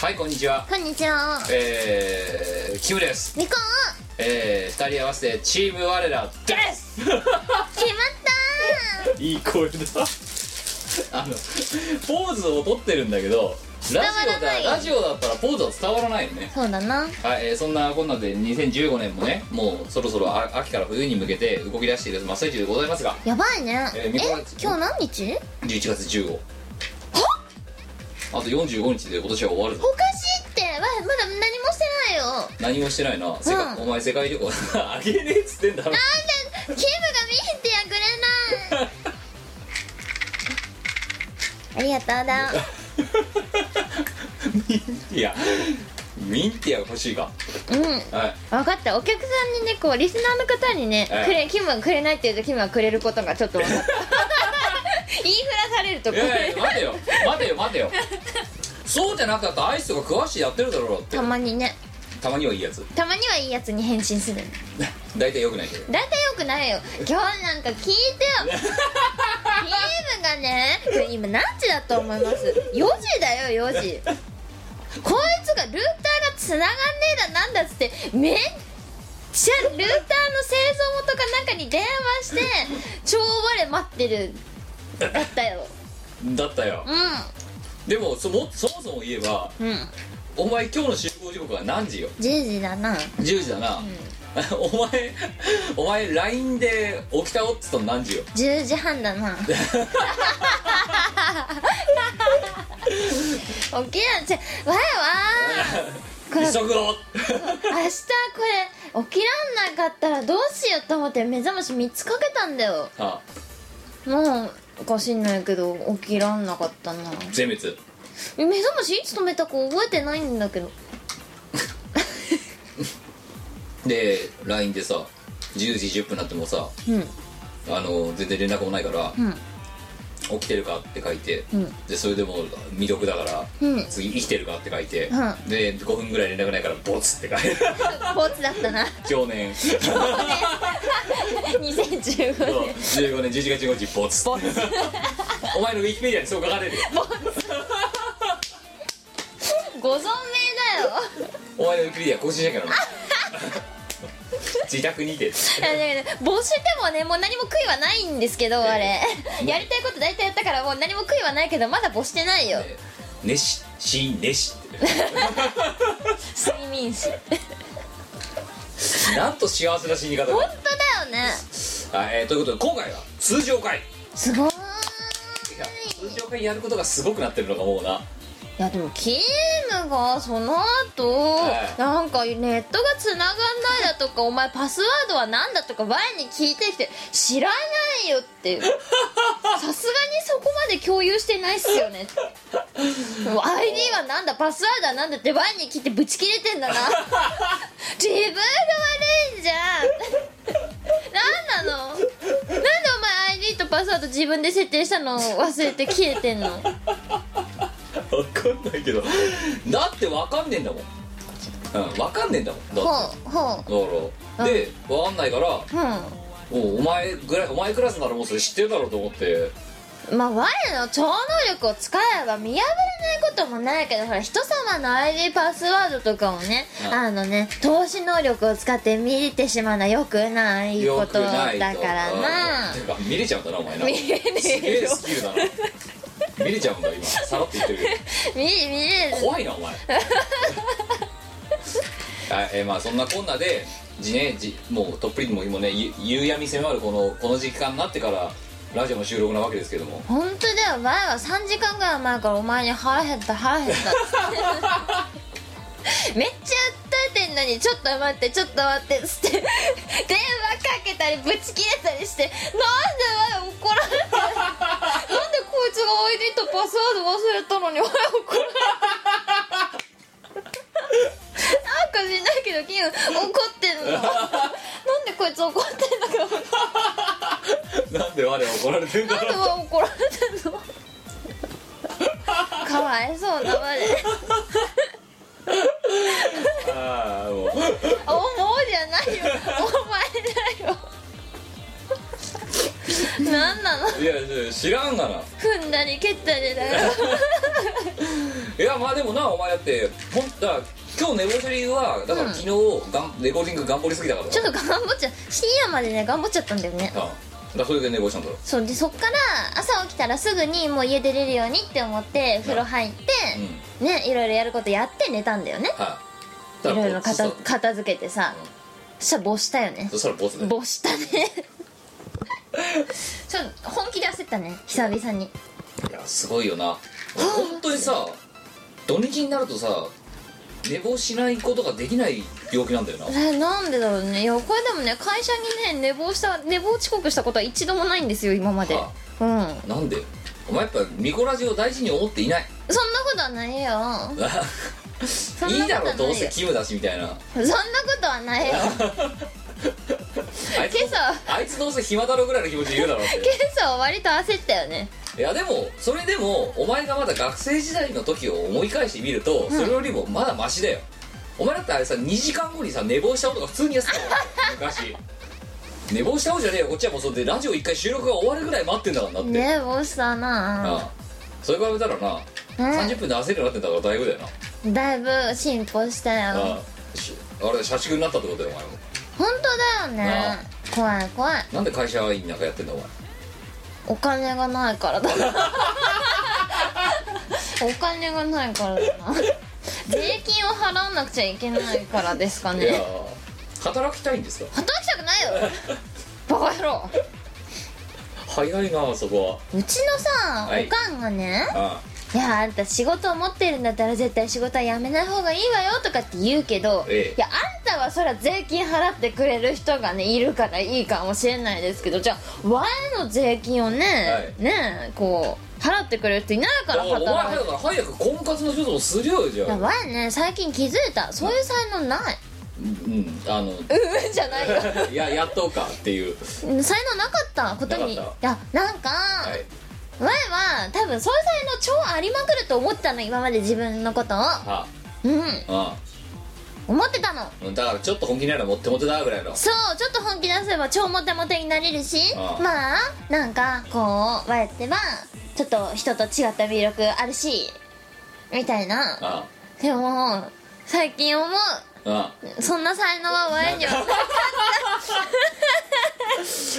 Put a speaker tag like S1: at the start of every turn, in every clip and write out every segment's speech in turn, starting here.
S1: はいこんにちは
S2: こんにちは
S1: えー、キムです
S2: ニコン
S1: えー、2人合わせてチーム我らです
S2: 決まっ
S1: いい声だあのポーズを取ってるんだけどラジオ
S2: 伝わらな
S1: だ
S2: い
S1: ラジオだったらポーズは伝わらないよね
S2: たそうだな
S1: はい、えーそんなこんなで2015年もねもうそろそろあ秋から冬に向けて動き出している真っ最中でございますが
S2: やばいね
S1: え
S2: え
S1: ーニコン
S2: 今日何日
S1: 11月15あと45日で今年は終わるぞ
S2: おかしいってわまだ何もしてないよなんで
S1: 何もしてないな、世界
S2: うん
S1: お前世界旅行あげねえっつってんだろ
S2: キムが見えてやくれな いありがとうだ
S1: ミンティアミンティアが欲しいか
S2: うん
S1: はい
S2: 分かったお客さんにねこうリスナーの方にね
S1: ええ
S2: くれキムはくれないって言うとキムはくれることがちょっと分 かった言いふらされると
S1: い
S2: こ
S1: やいや待てよ待てよ待てよそうじゃなかったらアイスとか食わしてやってるだろうって
S2: たまにね
S1: たまにはいいやつ
S2: たまにはいいやつに変身するの
S1: 大体よくないけど
S2: 大体よくないよ今日なんか聞いてよキムがね今何時だと思います4時だよ4時こいつがルーターが繋がんねえだなんだっつってめっちゃルーターの製造元かなんかに電話して超我待ってるだったよ
S1: だったよ
S2: う
S1: でもそもそもそも言えば
S2: んうん
S1: お前今日の集合時刻は何時よ
S2: 10時だな
S1: 10時だな、お前お前 LINE で起きたおっつったの何時よ
S2: 10時半だ な起きなちゃわいわこれ
S1: 急ぐろ
S2: 明日これ起きらんなかったらどうしようと思って目覚まし3つかけたんだよ
S1: あ
S2: もうおかしんないけど起きらんなかったな
S1: 全滅
S2: え目覚ましいつ止めたか覚えてないんだけど
S1: で LINE でさ10時10分になってもさ
S2: うん
S1: あの全然連絡もないから
S2: うん
S1: 「起きてるか?」って書いて、
S2: うん
S1: でそれでも未読だから、
S2: うん
S1: 次「生きてるか?」って書いて、
S2: う
S1: で5分ぐらい連絡ないからボツって書いて
S2: ポーチだった な
S1: 去年
S2: 2015
S1: そう
S2: 年
S1: 15年11月15日ボツ お前のウィキペディアにそう書かれる よ
S2: ご存命だよ
S1: お前のウィキペディア更新しなきゃならない 自宅にて
S2: いやだけど募集でもねもう何も悔いはないんですけどあれやりたいこと大体やったからもう何も悔いはないけどまだ募してないよ
S1: 「ねししんねし」って
S2: 睡眠し
S1: なんと幸せな死に 方だ
S2: 本当だよね
S1: はい、えーということで今回は通常回
S2: すごーい
S1: いや通常回やることがすごくなってるのかもうない
S2: やでもキームがその後
S1: はい
S2: なんかネットが繋がんないだとかお前パスワードはなんだとか前に聞いてきて知らないよっていうさすがにそこまで共有してないっすよねもう ID はなんだパスワードはなんだって前に聞いてブチ切れてんだな自分が悪いんじゃんなんなのなんでお前 ID とパスワード自分で設定したの忘れて消えてんの
S1: 分かんないけどだって分かんねえんだもん、うん、分かんねえんだもんだ
S2: ほ
S1: っ
S2: うほ
S1: てだから
S2: う
S1: で分かんないから
S2: う
S1: おお前ぐらいお前クラスならもうそれ知ってるだろうと思って
S2: んまあ我の超能力を使えば見破れないこともないけどほら人様の ID パスワードとかをね、
S1: うん
S2: あのね投資能力を使って見てしまうのはよくない
S1: よ
S2: こと
S1: くない
S2: だからな
S1: うんてか見れちゃうんだなお前な
S2: 見れねえよ
S1: すげえスキルだな見れちゃうんだ今さらっと言ってるけど
S2: 見見れる
S1: 怖いなお前 はい、えーまあそんなこんなでじねじもうとっぷりも今ねゆ夕闇迫るこのこの時間になってからラジオの収録なわけですけども
S2: 本当だよ前は3時間ぐらい前からお前に腹減った腹減ったってめっちゃ訴えてんのにちょっと待ってちょっと待ってっつって電話かけたりぶち切れたりしてなんで前怒られてるなんでこいつが ID とパスワード忘れたのに前怒られてるなんか知んないけどキム怒ってんのなんでこいつ怒ってんのか分かんな
S1: な
S2: い
S1: んで我は怒られてるんだ
S2: なんで
S1: ろう
S2: わ怒られてんの かわいそうなまで
S1: ああもう
S2: 思うじゃないよお前だよ何なの
S1: いやいや知らんがな
S2: 踏んだり蹴ったりだよ
S1: いやまあでもなお前だってほんだから今日寝坊した理由はだから昨日がん、レコーディング頑張りすぎたから
S2: ちょっ
S1: と
S2: と頑張っちゃ深夜までね頑張っちゃったんだよね
S1: ああだからそれで寝坊したんだろ
S2: そうでそっから朝起きたらすぐにもう家出れるようにって思って風呂入って、
S1: う
S2: ねいろいろやることやって寝たんだよね
S1: はいだ
S2: い
S1: から
S2: ろいろ片
S1: そ
S2: 片付けてさ、
S1: うん
S2: そしたら帽子だよね
S1: そしたらボツで
S2: 帽子だねちょっと本気で焦ったね久々に
S1: いやすごいよな本当にさ土日になるとさ寝坊しないことができない病気なんだよな
S2: えなんでだろうねいやこれでもね会社にね寝坊した寝坊遅刻したことは一度もないんですよ今まで、
S1: は
S2: うん
S1: なんでお前やっぱミコラジを大事に思っていない
S2: そんなことはないよそんなことないよ
S1: いいだろどうせキムだしみたいな
S2: そんなことはな いよ
S1: あいつ
S2: 今朝
S1: あいつどうせ暇だろぐらいの気持ちで言うだろっ
S2: 今
S1: て
S2: 朝は割と焦ったよね
S1: いやでもそれでもお前がまだ学生時代の時を思い返してみるとそれよりもまだマシだよ、お前だってあれさ2時間後にさ寝坊したことが普通にやってたよ昔寝坊した方じゃねえよこっちはもうそうでラジオ1回収録が終わるぐらい待ってんだからなって、
S2: 寝坊した
S1: あ
S2: な
S1: あそれ比べたらな、30分で焦るようになってんだからだいぶだよな、
S2: うんだいぶ進歩したよ
S1: ああしあれ社畜になったってことだよお前も
S2: 本当だよね怖い怖い
S1: なんで会社員なんかやってんだお前
S2: お金がないからだ お金がないからだな税金を払わなくちゃいけないからですか
S1: いや
S2: ね
S1: 働きたいんですか
S2: 働きたくないよバカ野郎
S1: 早いなそこ
S2: うちのさ、
S1: はい
S2: おかんがね
S1: はあ
S2: 「いやあんた仕事を持ってるんだったら絶対仕事は辞めない方がいいわよ」とかって言うけど、
S1: ええ
S2: いやあんたはそりゃ税金払ってくれる人がねいるからいいかもしれないですけどじゃあ我の税金をね、
S1: はい
S2: ねえこう払ってくれる人いない
S1: あ
S2: から
S1: お前だ
S2: 働いて
S1: から早く婚活の人ともするよじゃ
S2: い
S1: あ
S2: やわいね最近気づいたそういう才能ない
S1: うんあの
S2: うんうんじゃないよ
S1: ややっとうかっていう
S2: 才能なかったことにい
S1: なかっ
S2: やなんか、
S1: はい
S2: わいは多分そういう才能超ありまくると思ってたの今まで自分のことを
S1: は
S2: うん
S1: あ
S2: 思ってたの
S1: うんだからちょっと本気になるの持って持ってだぐらいの
S2: そうちょっと本気出せば超モテモテになれるし
S1: ああ
S2: まあなんかこうわいってはちょっと人と違った魅力あるしみたいな
S1: あ
S2: でも最近思う
S1: あ
S2: そんな才能はわいにはない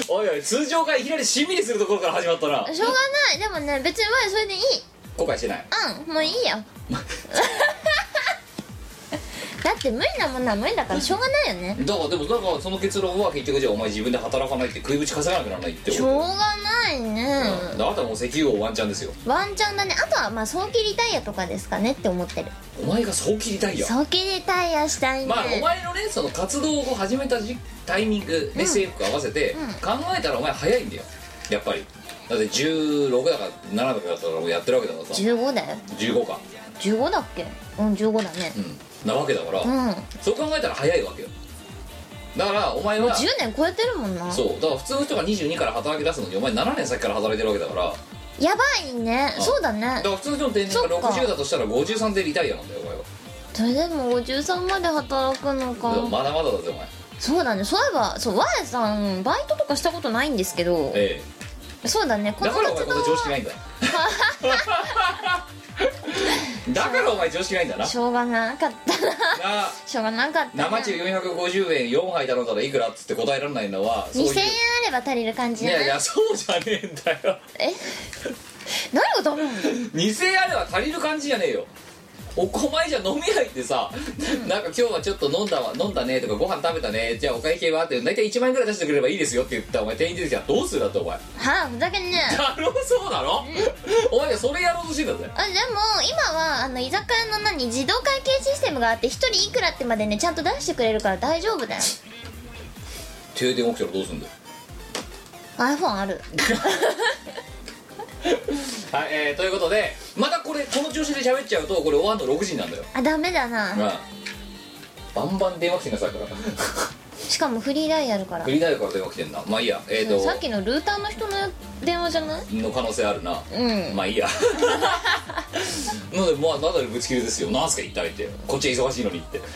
S1: おいおい通常がいきなりしんみりするところから始まったな
S2: しょうがないでもね別にわいそれでいい
S1: 後悔してない
S2: うんもういいよ だって無理なものは無理だからしょうがないよね
S1: だからでもだからその結論は結局じゃあお前自分で働かないって食いぶち稼がなくならないってこ
S2: し
S1: と
S2: ょうがないね
S1: うんだからあなたもう石油王ワンチャンですよ
S2: ワンチャンだねあとはまあ早期リタイアとかですかねって思ってる
S1: お前が早期リタイア
S2: 早期リタイアしたいね、
S1: まあお前のねその活動を始めた時タイミング SF 合わせて
S2: うん
S1: 考えたらお前早いんだよやっぱりだって16だか7だかだったらもうやってるわけだからさ
S2: 15だよ
S1: 15か
S2: 15だっけうん15だね
S1: うんなわけだから、
S2: うん10
S1: そう考えたら早いわけよだからお前は
S2: 年超えてるもんな
S1: そうだから普通の人が22から働き出すのにお前7年先から働いてるわけだからだ
S2: やばいね
S1: あ
S2: そうだね
S1: から普通の人の定年
S2: そっ
S1: が
S2: か
S1: 60だとしたら53でリタイアなんだよお前は
S2: それでも53まで働くの
S1: だから
S2: か
S1: まだまだだぜお前
S2: そうだねそういえばそうワエさんバイトとかしたことないんですけど
S1: え
S2: そうだね
S1: え
S2: こ
S1: だ
S2: の
S1: からお前
S2: 活動
S1: こんな常識な
S2: はい
S1: んだ だからお前常識ないんだな
S2: しょうがなかったな
S1: な
S2: しょうがなかったな
S1: 生中450円4杯頼んだらいくらっつって答えられないのはそういう
S2: 2000円あれば足りる感じ
S1: い
S2: じゃな
S1: や
S2: い
S1: いやそうじゃねえんだよ
S2: え何がダメなの
S1: 2000円あれば足りる感じじゃねえよお前じゃ飲み屋行ってさ、なんか今日はちょっと飲んだわ飲んだねとかご飯食べたねじゃあお会計はって大体1万円ぐらい出してくれればいいですよって言ったらお前店員出てきたらどうするだってお前
S2: はあふざけんね
S1: だろそうだろお前がそれやろうとしてんだぜ
S2: あでも今はあの居酒屋の何自動会計システムがあって1人いくらってまでねちゃんと出してくれるから大丈夫だよ
S1: 停電起きたらどうすんだよ
S2: iPhone ある
S1: はい、えー、ということでまたこれこの調子で喋っちゃうとこれ終わんの6時になるんだよ、
S2: あダメだ
S1: うん、
S2: な
S1: バンバン電話来てんださっき から
S2: しかもフリーダイヤルから
S1: フリーダイヤルから電話来てんなまあいいやえっ、ー、と
S2: さっきのルーターの人の電話じゃない
S1: の可能性あるな、
S2: うん
S1: まあいいやなのでまあナダルぶち切れですよなんすか一体ってこっちは忙しいのにって
S2: なんで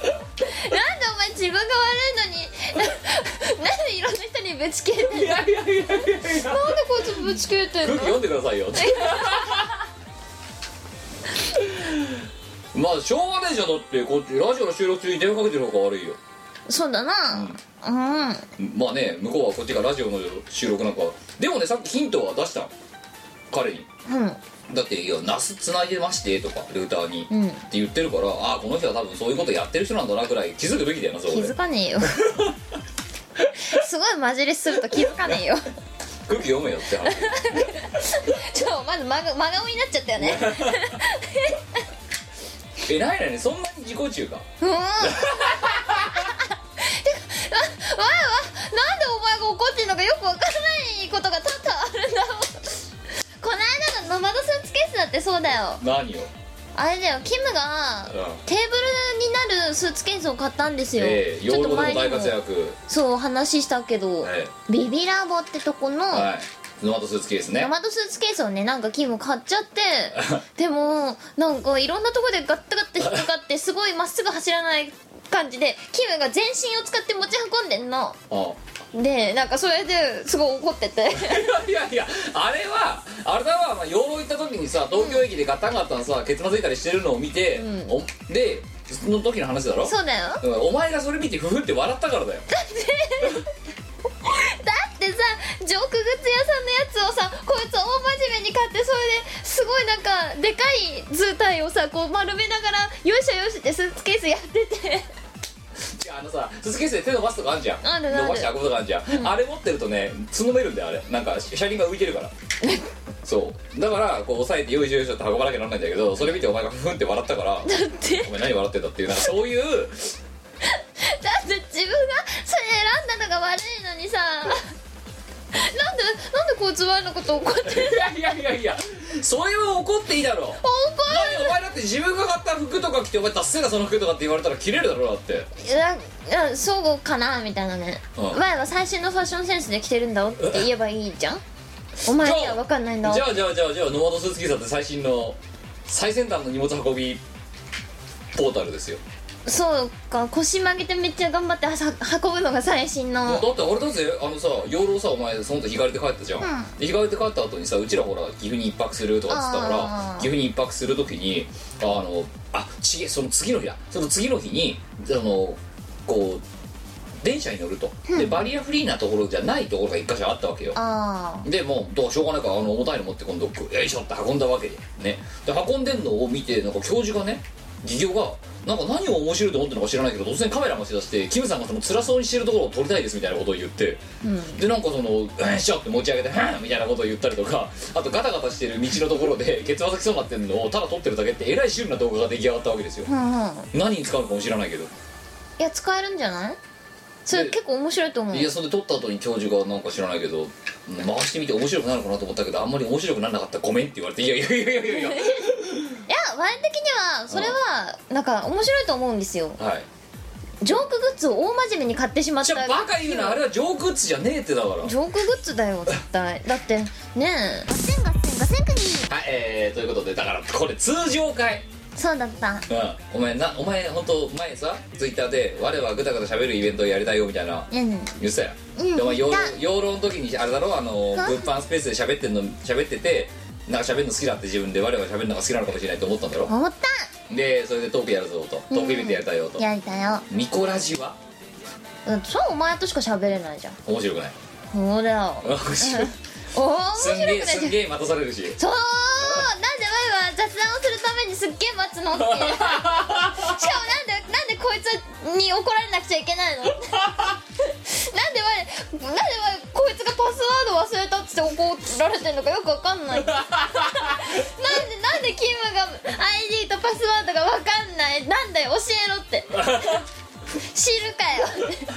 S2: お前自分が ぶち切れて
S1: いやいやいやいやいや
S2: なんでこいつぶち切れてん
S1: 空
S2: の
S1: 気読んでくだ さいよまあしょうがないじゃんだってこうラジオの収録中に電話かけてる方が悪いよ
S2: そうだなうん、
S1: まあね向こうはこっちがラジオの収録なんかでもねさっきヒントは出したの彼に
S2: うん
S1: だって「いやナスつないでまして」とかルーターに、
S2: うん
S1: って言ってるからああこの人は多分そういうことやってる人なんだなぐらい気づくべきだよなそこ
S2: 気
S1: で
S2: づ かねえよすごい混じりすると気づかねえよ
S1: 空気読めよって 話
S2: ちょまず真顔真顔になっちゃったよね
S1: えないないねそんなに自己中か
S2: うんてかあわいわなんでお前が怒ってんのかよくわからないことが多々あるんだもんこの間のノマドスーツケースだってそうだよ
S1: 何を
S2: あれだよキムが
S1: うん
S2: テーブルになるスーツケースを買ったんですよ、
S1: ええヨーロッパでも大活
S2: も
S1: 躍
S2: そうお話ししたけど、
S1: はい
S2: ビビラボってとこの、
S1: はいノマドスーツケースね
S2: ノマドスーツケースをねなんかキム買っちゃって でもなんかいろんなとこでガッタガッタ引っかかってすごいまっすぐ走らない感じでキムが全身を使って持ち運んでんの
S1: あ
S2: でなんかそれですごい怒ってて
S1: あいやいやあれはあれだわ、まあ、養老行った時にさ東京駅でガタンガタンさケツまずいたりしてるのを見て、
S2: うん
S1: おでその時の話だろ
S2: そうだよ だ
S1: うんお前がそれ見てフフって笑ったからだよ
S2: ってさジョークグッズ屋さんのやつをさこいつ大真面目に買ってそれですごいなんかでかい図体をさこう丸めながらよいしょよいしょってスーツケースやって て
S1: いやあのさスーツケースで手伸ばすとかあんじゃん
S2: あるある
S1: 伸ばして運ぶとかあんじゃん、あれ持ってるとね角めるんだよあれなんか車輪が浮いて るからそうだからこう押さえてよいしょよいしょって運ばなきゃなんないんだけどそれ見てお前がフフンって笑ったから
S2: だって
S1: お前何笑ってんだっていうなんかそう いう
S2: だって自分がそれ選んだのが悪いのにさなんでなんでこいつ悪いのこと怒ってる
S1: いやいやいやいやそれは怒っていいだろう
S2: 怒
S1: だってお前だって自分が買った服とか着てお前達成だその服とかって言われたら切れるだろうだって
S2: るいやいやそうかなみたいなね
S1: うん
S2: 前は最新のファッションセンスで着てるんだよって言えばいいじゃんお前には分かんないんだ
S1: じゃあじゃあじゃあじゃあノマドスーツケースだって最新の最先端の荷物運びポータルですよ
S2: そうか腰曲げてめっちゃ頑張ってはさ運ぶのが最新
S1: だっ
S2: の
S1: て俺だぜあのさ養老さお前その時日帰りで帰ったじゃん、
S2: うん
S1: で日帰りで帰った後にさうちらほら岐阜に一泊するとかっつったか
S2: あ
S1: ら
S2: ー
S1: 岐阜に一泊する時にあのあちその次の日だその次の日にあのこう電車に乗ると、でバリアフリーなところじゃないところが一箇所あったわけよ
S2: あ
S1: でもうどうしょうがないからあの重たいの持って今度こうよいしょって運んだわけでねで運んでんのを見てなんか教授がね企業がなんか何を面白いと思ってるのか知らないけど突然カメラ持ち出してキムさんがその辛そうにしてるところを撮りたいですみたいなことを言って、
S2: ん
S1: でなんかその「よいしょ」って持ち上げて「はん」みたいなことを言ったりとかあとガタガタしてる道のところでケツワザきそうになってるのをただ撮ってるだけってえらいシュールな動画が出来上がったわけですよ
S2: あうんうん
S1: 何に使うのかも知らないけど
S2: いや使えるんじゃないそれ
S1: で
S2: 結構面白いと思う
S1: いやそれで撮った後に教授がなんか知らないけどうん回してみて面白くなるかなと思ったけどあんまり面白くならなかったごめんって言われていやいやいやいや いやい
S2: いや我々的にはそれはなんか面白いと思うんですよ
S1: やはい
S2: ジョークグッズを大真面目に買ってしまっ
S1: じゃ
S2: た
S1: あバカ言うなあれはジョークッズじゃねえってだ から
S2: ジョークグッズだよ絶対だってねえガセンガセンガセンクニ
S1: はいえー、ということでだからこれ通常会
S2: そうだった
S1: うんお前なお前本当前さツイッターで我はぐだぐだ喋るイベントをやりたいよみたいな
S2: うん
S1: 言ってたよ、
S2: うん
S1: でお前養老
S2: 言っ
S1: 養老の時にあれだろあの
S2: そう
S1: 物販スペースで喋ってんの喋っててなんか喋るの好きだって自分で我は喋るのが好きなのかもしれないと思ったんだろ
S2: 思っ
S1: でそれでトークやるぞとトークイベントやりたいよと
S2: たやりたよ
S1: ミコラジは
S2: だってそうお前としか喋れないじゃん
S1: 面白くない
S2: そうだよ
S1: 面白い
S2: おお面
S1: す
S2: 白
S1: ん
S2: く
S1: げ
S2: ない
S1: え
S2: じゃん
S1: すんげえ待たされるし
S2: そうなんでワイは雑談をするためにすっげえ待つのっていうしかもなんでなんでこいつに怒られなくちゃいけないの なんでワイなんでワイこいつがパスワード忘れたっつって怒られてんのかよくわかんない なんでなんでキムが ID とパスワードがわかんないなんだよ教えろって知るかよ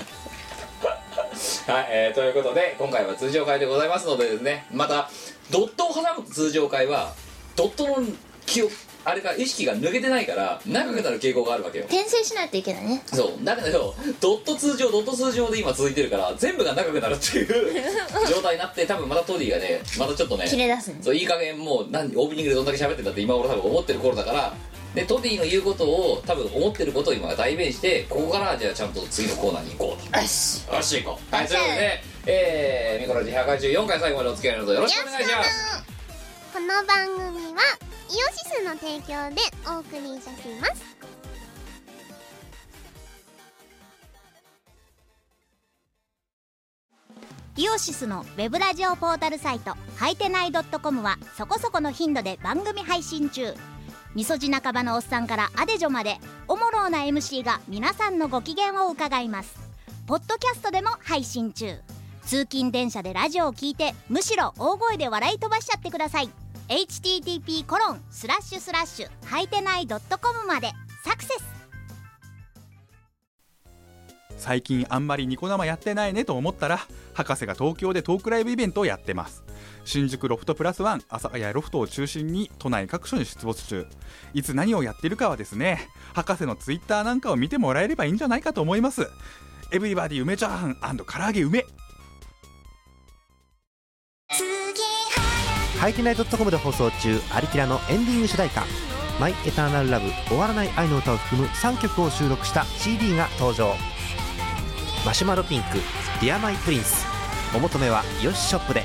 S1: はい、えーということで今回は通常会でございますのでですねまたドットを挟むと通常会はドットの記憶あれか意識が抜けてないから長くなる傾向があるわけよ
S2: 転生しないといけないね
S1: そうだけどドット通常ドット通常で今続いてるから全部が長くなるっていう 状態になって多分またトディがねまたちょっとね
S2: 切れ出すね
S1: そういい加減もう何オープニングでどんだけ喋ってたって今俺多分思ってる頃だからでトディの言うことを多分思ってることを今代弁してここからはじゃあちゃんと次のコーナーに行こうと
S2: よし
S1: よし行こうはいということで、えー、ミコラジ184回最後までお付き合いのほどよろしくお願いします
S3: この番組はイオシスの提供でお送りいたします
S4: イオシスのウェブラジオポータルサイトはいてない .com はそこそこの頻度で番組配信中みそじ半ばのおっさんからアデジョまでおもろうな MC が皆さんのご機嫌を伺いますポッドキャストでも配信中通勤電車でラジオを聞いてむしろ大声で笑い飛ばしちゃってください http コロンスラッシュスラッシュはいてない .com までサクセス
S5: 最近あんまりニコ生やってないねと思ったら博士が東京でトークライブイベントをやってます新宿ロフトプラスワン朝早ロフトを中心に都内各所に出没中いつ何をやってるかはですね博士のツイッターなんかを見てもらえればいいんじゃないかと思いますエブリバディ梅チャーハン唐揚げ梅
S6: ハイテナイドットコムで放送中「アリキラ」のエンディング主題歌「マイ・エターナル・ラブ終わらない愛の歌」を含む3曲を収録した CD が登場マシュマロピンク「ディアマイ・プリンス」お求めはよしショップで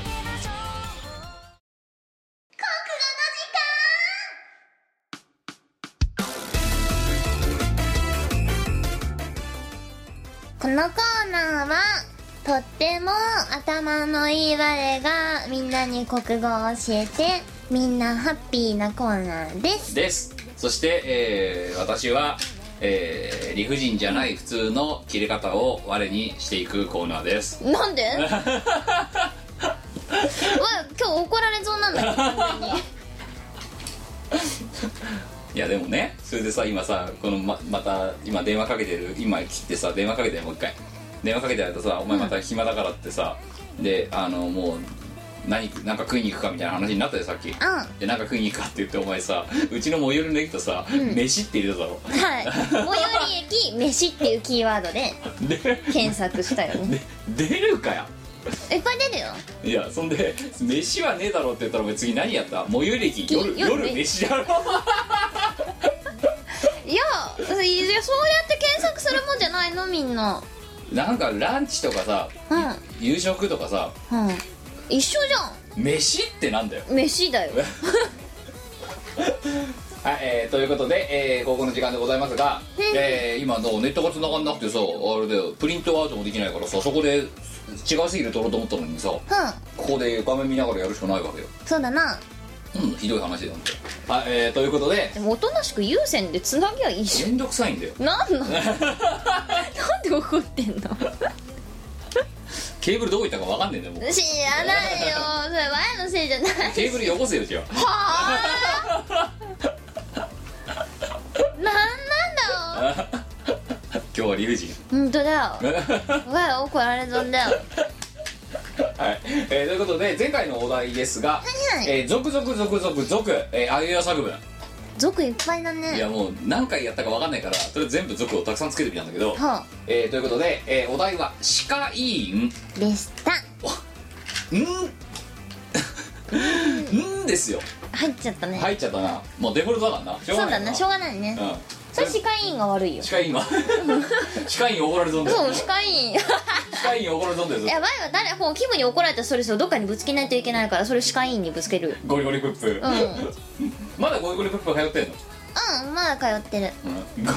S3: このコーナーはとっても頭のいい我がみんなに国語を教えてみんなハッピーなコーナーです
S1: ですそして、えー私は、えー理不尽じゃない普通の切れ方を我にしていくコーナーです
S2: なん でわ今日怒られそうなんだけどみんなに
S1: いやでもねそれでさ今さこのままた今電話かけてる今切ってさ電話かけてもう一回電話かけてやるとさお前また暇だからってさ、であのもう何なんか食いに行くかみたいな話になったよさっき、でなんか食いに行くかって言ってお前さうちの最寄りの駅とさ、飯って入れただろ
S2: はい最寄り駅飯っていうキーワードで
S1: で
S2: 検索したよ ね
S1: で出るかよ
S2: いっぱい出るよ
S1: いやそんで「飯はねえだろ」って言ったらお前次何やった最寄り駅夜
S2: 夜
S1: 夜飯だろ
S2: いやいやそうやって検索するもんじゃないのみんな
S1: なんかランチとかさ
S2: うん
S1: 夕食とかさ
S2: うん一緒
S1: 「
S2: じ
S1: 飯」ってなんだよ
S2: ゃん飯だよ
S1: はい、えーということで、えー、高校の時間でございますが、えー今のネットが繋がんなくてさあれだよプリントアウトもできないからさそこで違う席で撮ろうと思ったのにさこ
S2: う
S1: こで画面見ながらやるしかないわけよ
S2: んそうだな
S1: うんひどい話だよはい、えーということで
S2: でもおとなしく優先でつなぎゃいいじ
S1: めんどくさいんだよ
S2: ゃんなんなんなんで怒ってんの知ら
S1: ケーブルどこ行ったかわかんねえんだよもう
S2: ないよそれ前のせいじゃない
S1: ケーブルよこせよじゃあ
S2: はあなんなんだよ
S1: 今日は理不尽
S2: 本当だようわ怒られ損だよ
S1: はい、えーということで前回のお題ですが「えー、続々続々続」えー、あゆや作文
S2: 族いっぱいだね
S1: いやもう何回やったかわかんないからとりあえず全部続をたくさんつけてみたんだけど、
S2: は
S1: えーということで、えーお題は「歯科医院
S2: あでした」
S1: んんんですよ
S2: 入っちゃったね、
S1: 入っちゃったなもうデフォルトだからなしょう
S2: そ
S1: がな
S2: うだ
S1: い
S2: な
S1: な
S2: しょうがないね
S1: うん
S2: それ歯科医院が悪いよ
S1: 歯科医院は 歯科医院怒られ損だ
S2: そう
S1: よ
S2: 歯科医院
S1: 歯科医院怒られ損だよ
S2: やばいわ誰もうキムに怒られたストレスをどっかにぶつけないといけないからそれ歯科医院にぶつける
S1: ゴリゴリプップ、
S2: うんうん
S1: まだゴリゴリプップ通ってんの、
S2: まだ通ってる
S1: うんご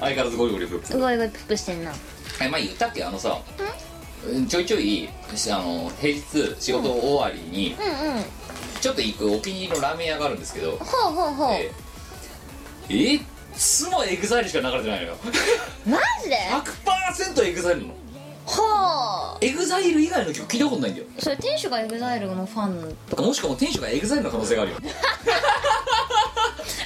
S1: 相変わらずゴリゴリプップ
S2: すごいごいプップしてんな
S1: え前言ったっけあのさちょいちょいあの平日仕事終わりに
S2: うんうん
S1: ちょっと行くお気に入りのラーメン屋があるんですけど、
S2: ほうほうほう、
S1: えーいっつもエグザイルしか流れてないのよ
S2: マジで
S1: 100%エグザイルの
S2: ほ
S1: エグザイル以外の曲聞いたことないんだよ
S2: うそれ店主が EXILE のファンとか
S1: もしかも店主がエグザイルの可能性があるよ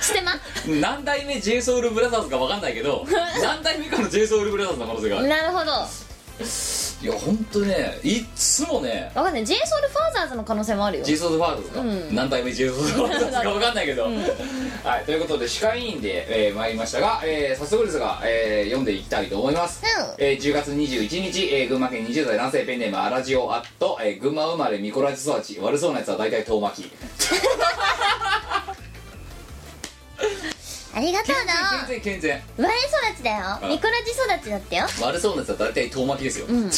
S2: ステマ
S1: 何代目 j s o u l b r o t h e r か分かんないけど何代目かの j s o u l b r o t h e r の可能性がある
S2: なるほど
S1: いや本当ねいっつもね
S2: 分かんない j s o u l ファーザーズの可能性もあ るよ
S1: j s o u l b r o t h e r か、
S2: うん
S1: 何代目 j s o u l b r o t h e r か分かんないけど、はいということで歯科医院で、えー参りましたが、えー早速ですが、えー読んでいきたいと思います、えー10月21日、えー群馬県20代男性ペンネームアラジオアット、えー群馬生まれミコラジ育ち悪そうなやつは大体遠巻き
S3: あ
S2: ありがとう
S1: 健
S2: な
S1: 全健全健全
S2: 我育ちだよ
S1: ん
S2: ミコラジ育ちだってよ
S1: 悪そうなやつは大体遠巻きですよ、
S2: ん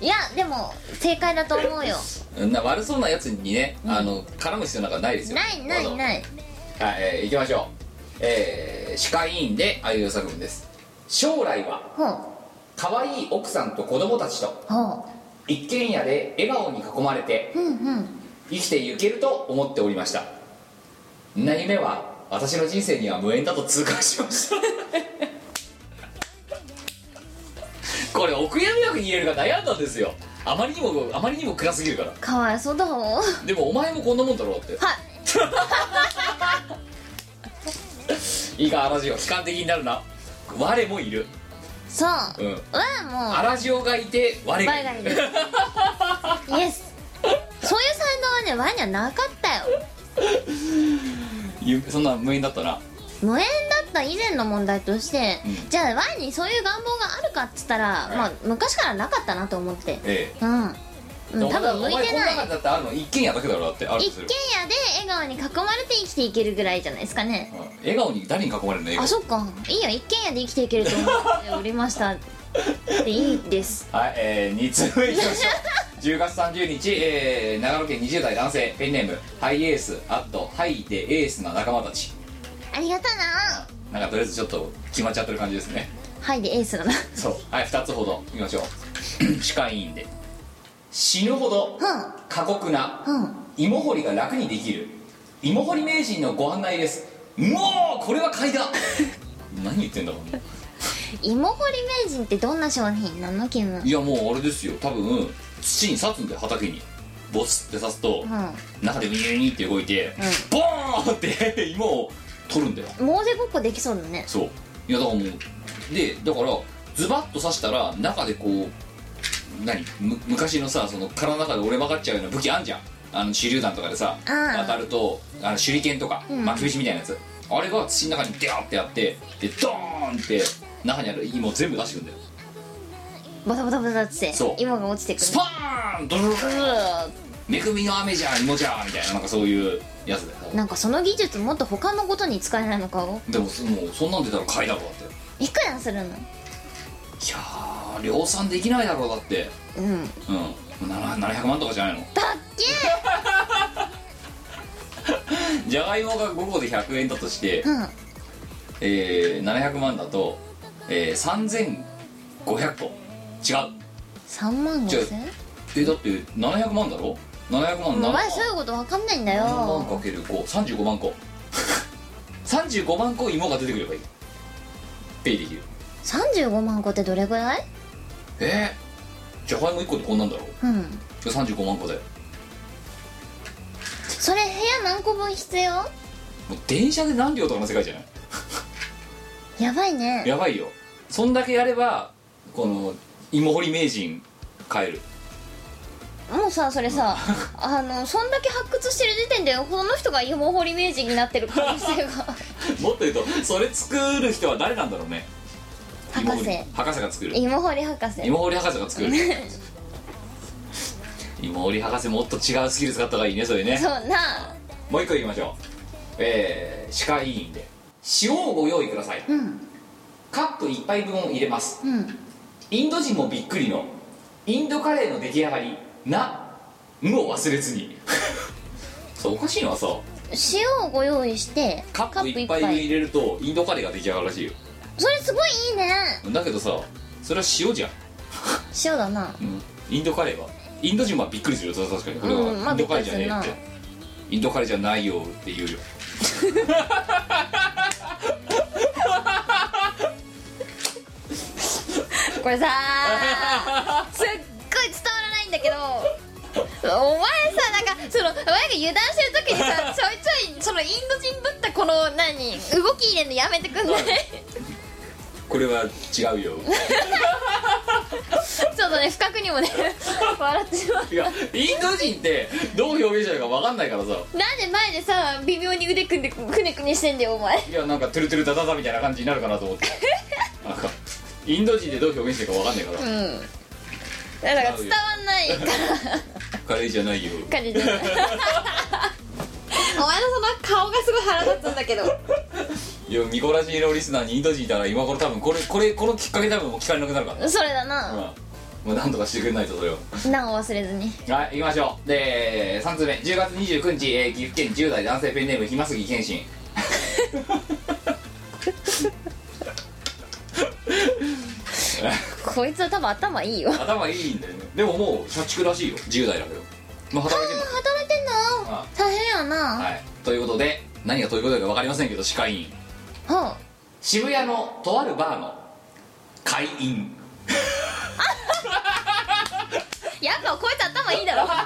S2: いやでも正解だと思うよ
S1: うん、な悪そうなやつにね、あの絡む必要なんかないですよ
S2: ないない
S1: い
S2: ない
S1: はい、えー、いきましょうえー、歯科医院であいう作文です将来は
S2: ほう
S1: 可愛い奥さんと子供たちと
S2: ほ
S1: 一軒家で笑顔に囲まれて
S2: ううんうん
S1: 生きていけると思っておりましたんな夢は私の人生には無縁だと痛感しましたこれお悔やみなく言えるか悩んだんですよあまりにもあまりにも暗すぎるから
S2: かわいそうだもんはい
S1: でもお前もこんなもんだろうって いいかアラジオ悲観的になるな我もいる
S2: そう
S1: うん
S2: はもう
S1: アラジオがいて我が
S2: 我
S1: い
S2: が
S1: る
S2: いるイエスそういう才能はね我にはなかったよ
S1: ゆそんな無縁だったな
S2: 無縁だった以前の問題として、
S1: うん
S2: じゃあ我にそういう願望があるかっつったら、まあ昔からなかったなと思って
S1: え
S2: うん、
S1: え
S2: うん、多分向いて
S1: お前こん
S2: な
S1: ない中だってあるの一軒家だけだろだってある
S2: 一
S1: とす
S2: 軒
S1: る
S2: 家で笑顔に囲まれて生きていけるぐらいじゃないですかね
S1: うん笑顔に誰に囲まれるの笑
S2: あ
S1: 顔
S2: そっかいいよ一軒家で生きていける と思っておりましたでいいです
S1: はい、えー、2通目いきま しょう10月30日、えー、長野県20代男性ペンネームハイエースアットハイでエースな仲間たち
S2: ありがとう
S1: な
S2: な
S1: んかとりあえずちょっと決まっちゃってる感じですね
S2: はいでエースだな
S1: そうはい2つほどいきましょう 歯科医院で死ぬほど
S2: う
S1: 過酷なん
S2: うん
S1: 芋掘りが楽にできる芋掘り名人のご案内ですもうこれは買いだ 何言ってんだろうね
S2: 芋掘り名人ってどんな商品なのキムうん
S1: いやもうあれですよ多分土に刺すんだよ畑にボスって刺すと、中でビューニーって動いて、ボーンって 芋を取るんだよ
S2: モーゼごっこできそうだね
S1: そういやだからもうでだからズバッと刺したら中でこう何む昔のさその殻の中で折れ曲がっちゃうような武器あんじゃんあの手榴弾とかでさ
S2: ああ
S1: 当たるとあの手裏剣とか
S2: うん
S1: 巻き菱みたいなやつ、あれが土の中にデャーってやってでドーンって中にある芋を全部出してくんだよ
S2: バタバタバタって
S1: そう
S2: 芋が落ちてくる
S1: スパーンドルルルル
S2: うわ
S1: めくみの雨じゃん芋じゃんみたいななんかそういうやつだよ
S2: なんかその技術もっと他のことに使えないのか
S1: でもそもうそんなん出たら買いだろだってい
S2: いくらするの
S1: やー量産できないだろうだって
S2: うん
S1: うんな700万とかじゃないの
S2: だっ け
S1: じゃがいもが5個で100円だとして、
S2: うん
S1: えー、700万だと、えー、3500個違う
S2: 3万
S1: じゃあ
S2: 5千
S1: えだって700万だろ700万7
S2: お
S1: 万
S2: 前そういうことわかんないんだ
S1: 7万
S2: よ
S1: かける535万 個35万個芋が出てくればいいペイできる
S2: 35万個ってどれぐらい
S1: えー、じゃがいも1個でこんなんだろ
S2: うん
S1: 35万個だよ
S2: それ部屋何個分必要
S1: もう電車で何両とかの世界じゃない
S2: やばいね
S1: やばいよそんだけやればこの芋掘り名人買える
S2: もうさそれさあのそんだけ発掘してる時点でこの人が芋掘り名人になってる可能性 が
S1: もっと言うとそれ作る人は誰なんだろうね
S2: 博士
S1: 芋掘り博士が作る
S2: 芋掘り博士
S1: 芋掘り博士が 作る芋掘り博士もっと違うスキル使った方がいいねそれね
S2: そうな
S1: もう一個いきましょうえー、歯科医院で塩をご用意ください、
S2: ん
S1: カップ1杯分を入れます
S2: うん
S1: インド人もびっくりのインドカレーの出来上がりな無を忘れずに そうおかしいのはさ
S2: 塩をご用意して
S1: カップいっぱい入れるとインドカレーが出来上がるらしいよ
S2: それすごいいいね
S1: だけどさそれは塩じゃん、
S2: 塩だな
S1: うん、インドカレーはインド人はびっくりするよそれは確かにこれ
S2: うんま
S1: はイ
S2: あ
S1: ンドカレーじゃねえ
S2: びっ
S1: っ
S2: く
S1: て、
S2: り
S1: インドカレーじゃないよって言うよ
S7: これさ
S2: すっごい伝わらないんだけどお前さなんかそのお前が油断してる時に さちょいちょいそのインド人ぶったこの何動き入れるのやめてくんない
S1: これは違うよ
S2: ちょっとね不覚にもね笑ってしまう
S1: いやインド人ってどう表現したらいいか分かんないからさ
S2: なんで前でさ微妙に腕組んでくねくねしてんだよお前
S1: いやなんかトゥルトゥルダダダみたいな感じになるかなと思ってなんかインド人でどう表現してるか分かんないから、
S2: うんだから伝わんないから
S1: カレーじゃないよ
S2: 感 じでお前のその顔がすごい腹立つんだけど
S1: いいやミコラジのリスナーにインド人いたら今頃多分これこれこのきっかけで多分もう聞かれなくなるからね、
S2: それだ
S1: うん
S2: な、
S1: まあ、なんとかしてくれないとそれを
S2: 難を忘れずに
S1: はい行きましょうで3つ目10月29日、えー岐阜県10代男性ペンネーム暇杉謙信
S2: こいつは多分頭いいよ
S1: 頭いいんだよねでももう社畜らしいよ10代だけどまあ働いてんの
S2: 働いてんの
S1: あ
S2: 大変やな
S1: はいということで何がということか分かりませんけど歯科医院
S2: は
S1: 渋谷のとあるバーの会員
S2: やっぱこいつ頭いいだろ会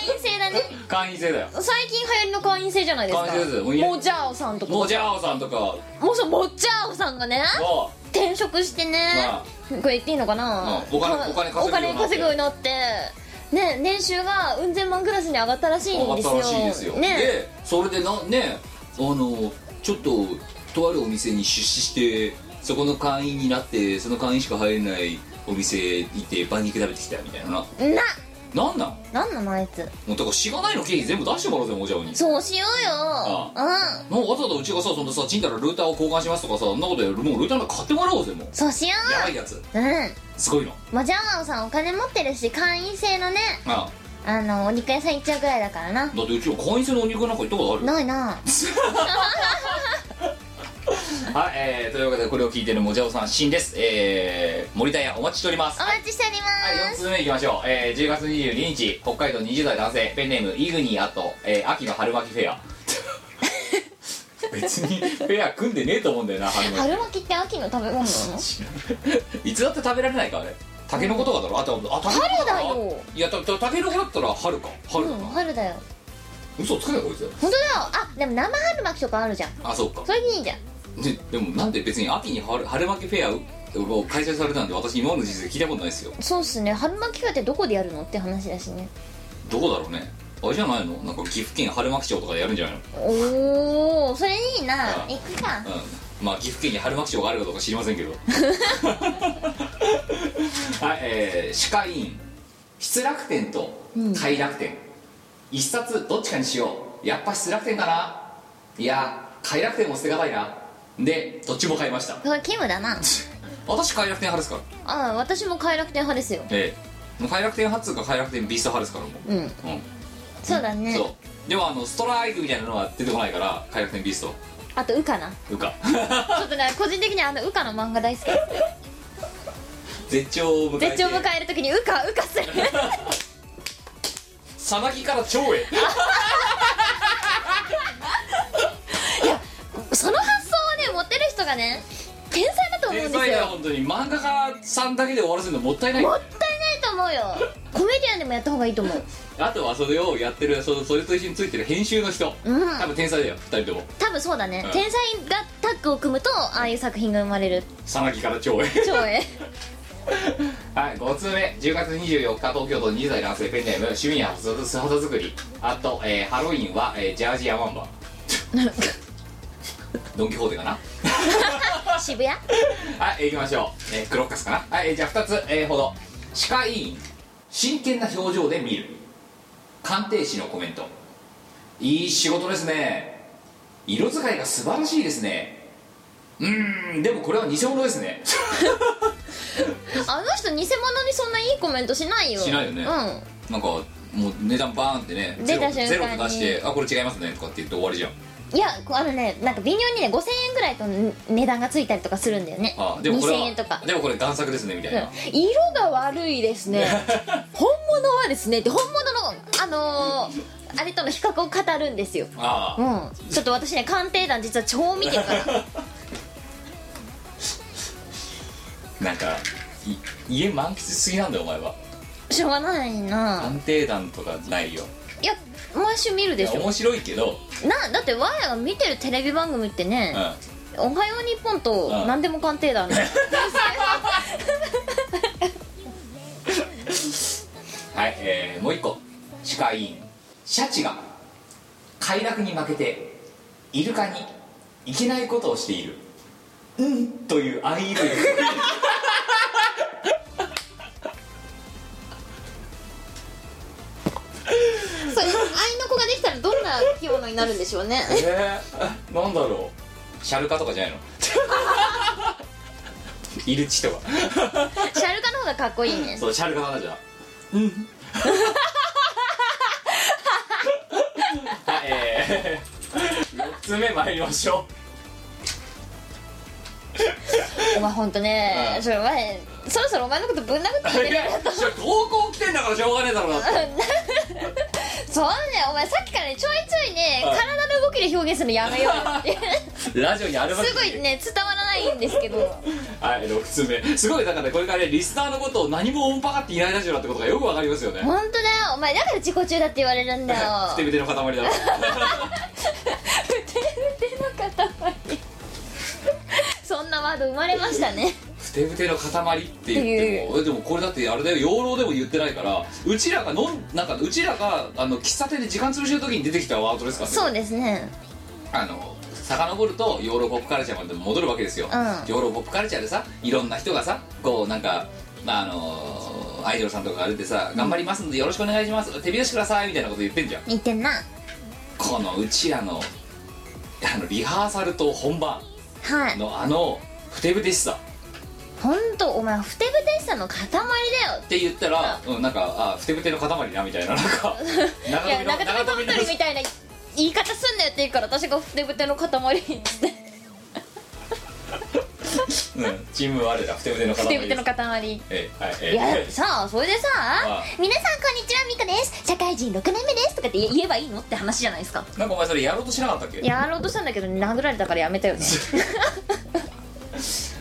S2: 員制だね
S1: 会員制だよ
S2: 最近流行りの会員制じゃないですか
S1: 会員制ですよもういいね
S2: モジャオさんとか
S1: もうじゃあさんとかは
S2: もうそうモジャオさんがね
S1: も
S2: 転職してね、
S1: まあ
S2: これ言っていいのかな、
S1: うんお金お金稼ぐようになって
S2: お金稼ぐようになってね年収がうん千万クラスに上がったらしいん
S1: う
S2: です
S1: 新
S2: よ
S1: しいですよ
S2: ね
S1: でそれでなねあのちょっととあるお店に出資してそこの会員になってその会員しか入れないお店行ってバン肉食べてきたみたいな
S2: な
S1: ななんなん
S2: なんなのあいつ
S1: もうだからしがないの経費全部出してもらおうぜもうじゃおに
S2: そうしようよ
S1: あ
S2: うん
S1: もうわざわざうちがさそんなさちんたらルーターを交換しますとかさそんなことやるもうルーターなんか買ってもらおうぜもう
S2: そうしよ
S1: やばいやつ
S2: ううん
S1: すごいの
S2: モジャオさんお金持ってるし会員制のね
S1: あ
S2: あのお肉屋さん行っちゃうぐらいだからな
S1: あだってうちの会員制のお肉なんか行ったことある
S2: ないな
S1: はい、えー、というわけでこれを聞いてるもじゃおさん新ですえー、森田屋お待ちしております
S2: お待ちしておりま
S1: はい、4
S2: す、
S1: つ目いきましょう、えー、10月22日北海道20代男性ペンネームイグニーアット、えー、秋の春巻きフェア別にフェア組んでねえと思うんだよな春巻
S2: 春巻きって秋の食べ物なの
S1: きいつだって食べられないかあれタケノコとかだろあとあタケノコ
S2: 春だよ
S1: いやたたタケノコだったら春か春
S2: う
S1: か
S2: ん
S1: な、
S2: 春だよ
S1: 嘘つくなこいつ
S2: 本当だよあでも生春巻きとかあるじゃん
S1: あそうか
S2: それでいいじゃん
S1: ででもなんで別に秋に春春巻きフェアを開催されたなんて私今までの人生聞いたことないですよ
S2: そうっすね春巻き会ってどこでやるのって話だしね
S1: どこだろうねあれじゃないのなんか岐阜県春巻町とかでやるんじゃないの
S2: おおそれいいな
S1: あ
S2: 行くか
S1: うんまあ岐阜県に春巻町があるかどうか知りませんけどはいえー、歯科医院失楽天と快楽天、一冊どっちかにしようやっぱ失楽天かないや快楽天も捨てがたいなでどっちも買いました
S2: これキムだな
S1: 私快楽天派ですから
S2: ああ私も快楽天派ですよ
S1: ええもう快楽天派っつうか快楽天ビースト派ですからも
S2: うん、
S1: う、うん
S2: そうだね
S1: そうでもあのストライクみたいなのは出てこないから快楽天ビースト
S2: あとウカなち
S1: うか
S2: ょっとね個人的にあのウカの漫画大好き
S1: 絶頂を迎えて
S2: 絶頂を迎える時にウカウカする
S1: さなぎから蝶へ
S2: その発想をね持ってる人がね天才だと思う
S1: 天
S2: んです
S1: 才だよ
S2: よ
S1: 本当に漫画家さんだけで終わらせるのもったいない
S2: もったいないと思うよコメディアンでもやった方がいいと思う
S1: あとはそれをやってるそそれと一緒についてる編集の人、
S2: うん
S1: 多分天才だよ2人とも
S2: 多分そうだね、
S1: うん
S2: 天才がタッグを組むとああいう作品が生まれる
S1: さなぎから蝶へ
S2: 超え
S1: はい5通目10月24日東京都20代男性ペンネーム趣味や素肌作りあと、えーハロウィンは、えージャージやマンバドン・キホーテかな
S2: 渋谷
S1: はい、行きましょう。えー、クロッカスかな。はい、えーじゃあ2つ、えーほど。歯科医院、真剣な表情で見る。鑑定士のコメント。いい仕事ですね。色使いが素晴らしいですね。うーん、でもこれは偽物ですね。
S2: あの人偽物にそんないいコメントしないよ
S1: しないよね
S2: う
S1: なんか、もう値段バーンってね、
S2: 出た瞬間に
S1: ゼロと出して、あ、これ違いますねとかって言って終わりじゃん。
S2: んいやこうあのねなんか微妙にね5000円ぐらいとね値段がついたりとかするんだよね
S1: あ、でもこれ
S2: 2000
S1: は、
S2: 円とか
S1: でもこれ贋作ですねみたいな。
S2: うん色が悪いです ね本物はですねって本物のあのー、あれとの比較を語るんですよ
S1: ああ、
S2: うんちょっと私ね鑑定団実は超見て るから
S1: なんか、い家満喫しすぎなんだよ、お前は。
S2: しょうがないな
S1: 鑑定団とかないよ。
S2: いや毎週見るでしょ
S1: 面白いけど、
S2: なだって我らが見てるテレビ番組ってね、
S1: うん。
S2: おはよう日本と
S1: うん
S2: 何でも鑑 定団ね
S1: はい、えー、もう一個歯科医院シャチが快楽に負けてイルカにいけないことをしているうんという安易という
S2: それ愛の子ができたらどんな着物になるんでしょう ね
S1: えー、なんだろうシャルカとかじゃない のイルチとか
S2: シャルカの方がかっこいいね
S1: そうシャルカだなじゃあ うんはいえー、4つ目参りましょ
S2: お前ほんとね
S1: うん
S2: それお前そろそろお前のことぶん殴って
S1: う
S2: い
S1: い
S2: けない
S1: や高校来てんだからしょうがねえだろうなって
S2: そうねお前さっきからねちょいちょいね
S1: はい
S2: 体の動きで表現するのやめようよって
S1: ラジオにあるます
S2: ごいね伝わらないんですけど
S1: はい6つ目すごいだからねこれからねリスナーのことを何も音パカっていないラジオだってことがよくわかりますよね
S2: ほんとだよお前だから自己中だって言われるんだよ
S1: ふてぶての塊だろ
S2: そんなワード生まれましたね
S1: ふてぶての塊って言ってもえでもこれだってあれだよ養老でも言ってないからうちらがのんなんかうちらがあの喫茶店で時間潰してる時に出てきたワードですからね
S2: そうですね
S1: あの遡るとヨーロポップカルチャーまで戻るわけですよ、
S2: うん
S1: ヨーロポップカルチャーでさいろんな人がさこうなんか、まあ、あのアイドルさんとかが出てさ「頑張りますんでよろしくお願いします手拍子ください」みたいなこと言ってんじゃん
S2: 似てんな
S1: このうちらのあのリハーサルと本番
S2: はい
S1: のあのふてぶてしさ
S2: ほんとお前ふてぶてしさの塊だよ
S1: って言ったら、うん、なんかあふてぶての塊なみたいななんか
S2: いや長
S1: 長
S2: 旅
S1: 飛び
S2: 取っ
S1: の
S2: たりみたいな言い方すんなよって言うから私がふてぶての塊って
S1: うん、チーム我らふてぶての塊
S2: ふ
S1: で
S2: て
S1: す
S2: ぶての塊
S1: ええはいええ
S2: いやさあそれでさ
S1: ああ
S2: 「皆さんこんにちはミコです社会人6年目です」とかって言えばいいのって話じゃないですか
S1: なんかお前それやろうとしなかったっけ
S2: やろうとしたんだけど殴られたからや めたよね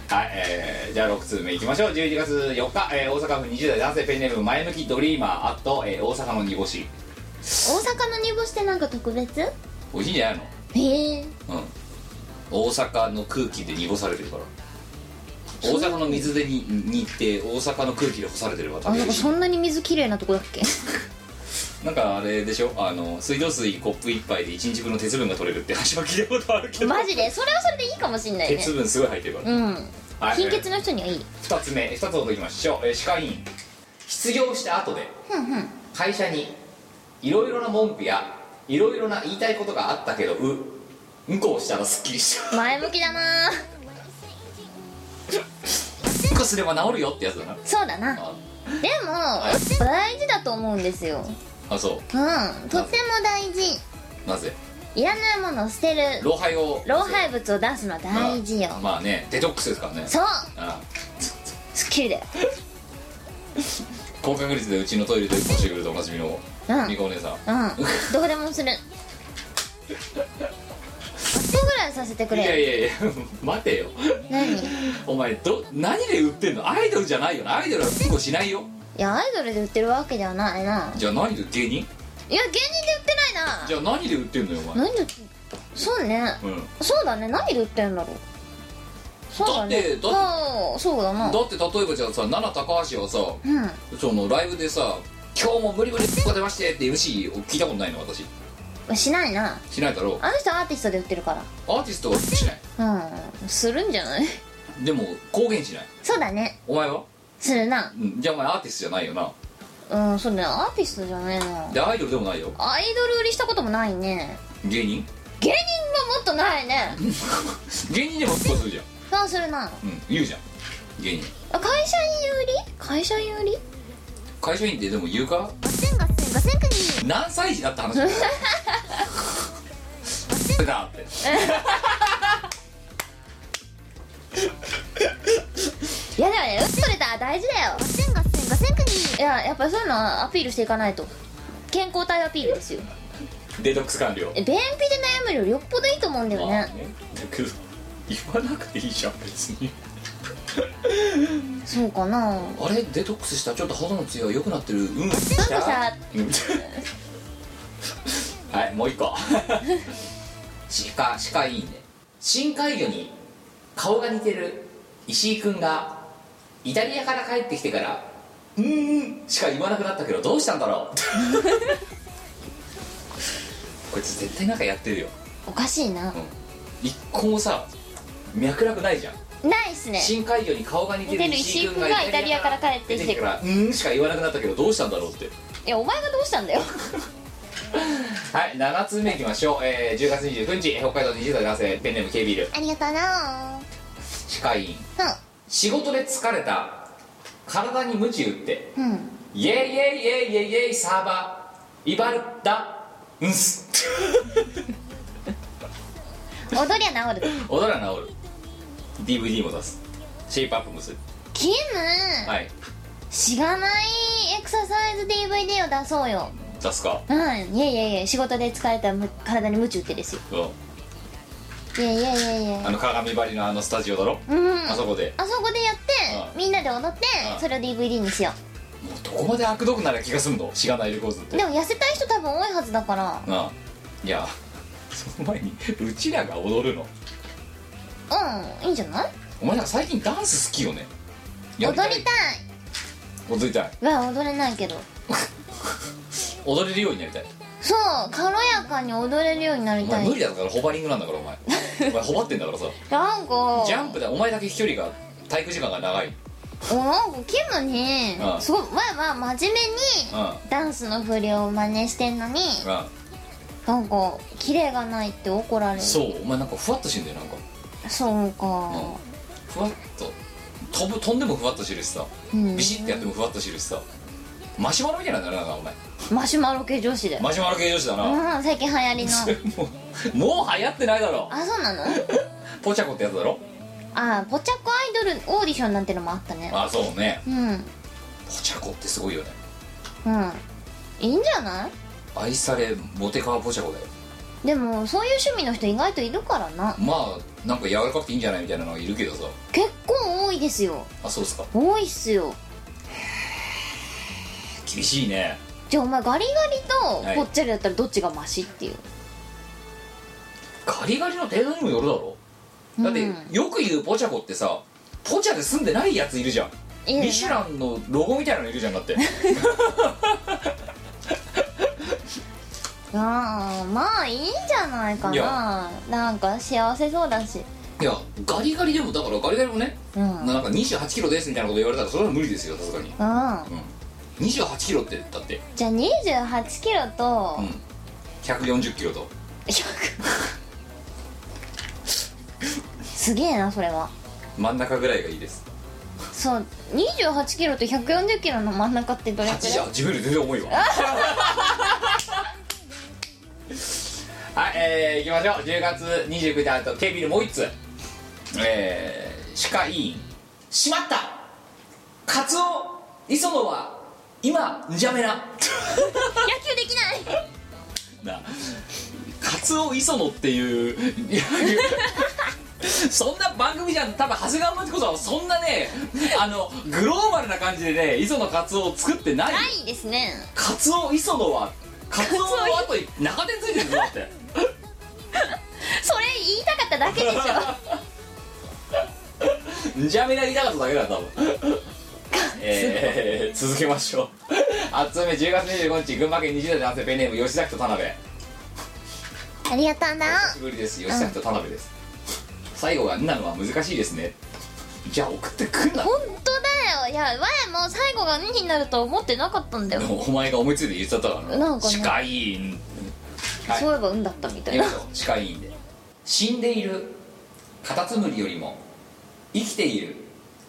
S1: はい、えーじゃあ6通目いきましょう11月4日、えー大阪府20代男性ペンネーム前向きドリーマーあと、えー大阪の煮干し
S2: 大阪の煮干しってなんか特別へ
S1: 美味しいんじゃない
S2: え
S1: のうん大阪の空気で煮干されてるから大阪の水でに煮って大阪の空気で干されてるから食
S2: あなん
S1: べ
S2: かそんなに水きれいなとこだっけ
S1: なんかあれでしょあの水道水コップ1杯で1日分の鉄分が取れるって話は聞いたことあるけど
S2: マジでそれはそれでいいかもしんないね
S1: 鉄分すごい入ってるから、
S2: うん
S1: はい
S2: 貧血の人にはいい
S1: 2つ目2つほどいきましょう、えー歯科医院失業した後で会社にいろいろな文句やいろいろな言いたいことがあったけどううんこをしたらすっきりした
S2: 前向きだな
S1: うんこすれば治るよってやつだな
S2: そうだな
S1: あ
S2: でも大事だと思うんですよ
S1: あそ
S2: うんとても大事
S1: うなぜ
S2: いらないものを捨てる
S1: 老廃を
S2: 老廃物を出すのは大事よ
S1: まあまあねデトックスですからね
S2: そう
S1: あ
S2: すっきりだよ
S1: 高確率でうちのトイレでうんこしてくるとおなじみの
S2: うん
S1: みこお姉さん
S2: うんどこでもする1個ぐらいさせてく
S1: いや
S2: れよ
S1: いやい や待てよ
S2: 何い
S1: お前ど何で売ってんのアイドルじゃないよなアイドルはうんこしないよ
S2: やアイドルで売ってるわけではないな
S1: じゃあ何で芸人
S2: いや芸人で売ってないな
S1: じゃあ何で売ってんのよお前
S2: 何でそうね
S1: うん
S2: そうだね何で売ってんだろうそうだね
S1: だってだって
S2: ああそうだな
S1: だって例えばじゃあさ奈良高橋はさ
S2: うん
S1: そのライブでさ「今日も無理無理ここ出まして」って MC を聞いたことないの私
S2: しないな
S1: しないだろ
S2: あの人アーティストで売ってるか
S1: アーティストはしない
S2: らうんするんじゃない
S1: でも公言しない
S2: そうだね
S1: お前は、
S2: するな
S1: うん、じゃあお前アーティストじゃないよな
S2: うんそうだねアーティストじゃねえな
S1: でアイドルでもないよ
S2: アイドル売りしたこともないね
S1: 芸人
S2: 芸人はもっとないね
S1: 芸人でもうんこするじゃん
S2: そうするな
S1: うん言うじゃん芸人
S2: あ会社員売り会社員売り
S1: 会社員ってでも言うか何歳児だって話だよだって
S2: いやでもね打っとれたら大事だよいややっぱそういうのはアピールしていかないと健康体アピールですよ
S1: デトックス完了
S2: え便秘で悩むよりよっぽどいいと思うんだよ
S1: まあ
S2: ね
S1: ねだけど言わなくていいじゃん別に
S2: そうかな
S1: あれデトックスしたちょっと肌のツヤ良くなってるうん
S2: なんかさ
S1: はいもう一個歯科歯科医院で深海魚に顔が似てる石井君がイタリアから帰ってきてから「うーん」しか言わなくなったけどどうしたんだろ うこいつ絶対なんかやってるよ
S2: おかしいな
S1: 一個もさ脈絡ないじゃん
S2: ないっすね
S1: 深海魚に顔が似てる
S2: 似てる
S1: 石
S2: 石
S1: 井
S2: 井
S1: 君
S2: 君
S1: が
S2: が
S1: イタリアから
S2: イ
S1: 帰
S2: タリアから帰
S1: っ
S2: ってて
S1: き
S2: き
S1: て
S2: て
S1: か
S2: から
S1: 「うーん」しか言わなくなったけどどうしたんだろうって
S2: いやお前がどうしたんだよ
S1: はい7つ目いきましょう、えー、10月29日北海道20代男性ペンネーム K ビール
S2: ありがとうな
S1: 歯科医院
S2: うん
S1: 仕事で疲れた体に鞭打って
S2: うん
S1: イエイイエイイエイイエイイエイサーバーイバルダうんす
S2: 踊りゃ治る
S1: 踊ら治る DVD も出すシェイプアップもする
S2: キム
S1: はい
S2: しがないエクササイズ DVD を出そうよ
S1: 出すか
S2: うんいやいやいや仕事で疲れたらむ体にムチ打ってですよ
S1: うん
S2: いやいやいやいや
S1: あの鏡張りのあのスタジオだろ、
S2: うん
S1: あそこで
S2: あそこでやって
S1: うん
S2: みんなで踊って
S1: うん
S2: それを DVD にしよ
S1: もうどこまで悪毒なら気が済むのしがないレコーズっ
S2: う
S1: て
S2: でも痩せたい人多分多いはずだから
S1: あいやその前にうちらが踊るの
S2: うんいいんじゃない
S1: お前なんか最近ダンス好きよねや
S2: 踊りたい
S1: 踊りたい
S2: は踊れないけど
S1: 踊れるようになりたい
S2: そう軽やかに踊れるようになり
S1: お
S2: た
S1: 前
S2: い
S1: 無理だからホバリングなんだからお 前お前ホバってんだからさ
S2: なんか
S1: ジャンプだお前だけ飛距離が体育時間が長いうん
S2: おなんかキムに
S1: うん
S2: すごい前は真面目に
S1: う
S2: ダンスの振りを真似してんのに
S1: ん
S2: なんかキレがないって怒られる
S1: そうお前なんかふわっとしてんだよなんか
S2: そうか
S1: ふわっと飛ぶ飛んでもふわっとしてるしさ
S2: うん
S1: ビシッてやってもふわっとしてるしさマシュマロみたいなんだよななんかお前
S2: マシュマロ系女子だよ
S1: マシュマロ系女子だな、
S2: うん最近流行りの
S1: もうもう流行ってないだろ
S2: あそうなの
S1: ポチャコってやつだろ
S2: あポチャコアイドルオーディションなんてのもあったね
S1: あそうね
S2: うんうん
S1: ポチャコってすごいよね
S2: いいんじゃない
S1: 愛されモテカワポチャコだよ
S2: でもそういう趣味の人意外といるからな
S1: まあなんか柔らかくていいんじゃないみたいなのがいるけどさ
S2: 結構多いですよ
S1: あそうっすか
S2: 多いっすよ
S1: 厳しいね
S2: じゃあお前ガリガ
S1: は
S2: リ
S1: い
S2: とぽっちゃりだったらどっちがマシっていう
S1: ガリガリの程度にもよるだろだって、
S2: うん
S1: よく言うポチャコってさポチャで住んでないやついるじゃん
S2: いいね
S1: ミシュランのロゴみたいなのいるじゃんだって
S2: ああまあいいんじゃないか
S1: い
S2: な
S1: や
S2: なんか幸せそうだし
S1: いやガリガリでもだからガリガリもね、
S2: うんうん
S1: なんか2 8キロですみたいなこと言われたらそれは無理ですよさすがに
S2: じゃあ
S1: うん2 8キロってだって
S2: 2 8キロと
S1: うん140キロと
S2: 100すげえなそれは
S1: 真ん中ぐらいがいいです
S2: そう2 8キロと1 4 0キロの真ん中ってどれくらい
S1: 8じゃ自分より全然重いわ はいえー、いきましょう10月29日あと警備ルもう1つえー、歯科医院しまったカツオ磯野は今んじゃめな
S2: 野球できない
S1: なカツオ磯野っていう いやいやそんな番組じゃん多分長谷川町子さんはそんなねあのグローバルな感じでね磯野カツオを作ってない
S2: ないですね
S1: カツオ磯野はカツオの後に中でついてるぞだって
S2: それ言いたかっただけでしょ
S1: んじゃみなりたかっただけだよ多分えー、続けましょうあつめ10月25日群馬県20代男性ペンネーム吉崎と田辺
S2: ありがとうな
S1: 久しぶりです吉崎と田辺です、最後が「んなのは難しいですね」じゃあ送ってくんな
S2: 本当だよいやわやもう最後が2になると思ってなかったんだよ
S1: でもお前が思いついて言っちゃったから
S2: なんかね
S1: 歯科医院はい
S2: そういえば運だったみたい
S1: よ
S2: ない
S1: しょ歯科医院で死んでいるカタツムリよりも生きている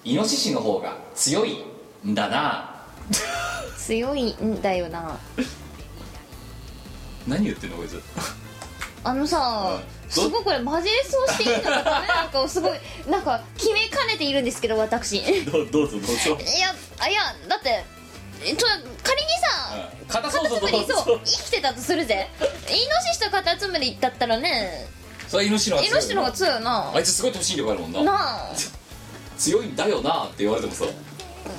S1: イノシシの方が強いんだな
S2: 強いんだよな
S1: 何言ってんのこいつ
S2: あのさ
S1: うん
S2: すごいこれマジレスをしていいのかダメなのかをすごいなんか決めかねているんですけど私 いや
S1: どうどうぞどうぞ
S2: あいやだってえちょ仮にさ
S1: 硬
S2: カ
S1: そう
S2: タ
S1: そう
S2: ツ
S1: そ
S2: ム
S1: う
S2: リ
S1: そ
S2: そう
S1: う
S2: 生きてたとするぜイノシシとカタツムリだったらね
S1: それイノシシの方が
S2: イノシシの方が
S1: 強い
S2: 強いよな
S1: あいつすごい突進力あるもんな
S2: なあ
S1: 強いんだよなって言われてもさ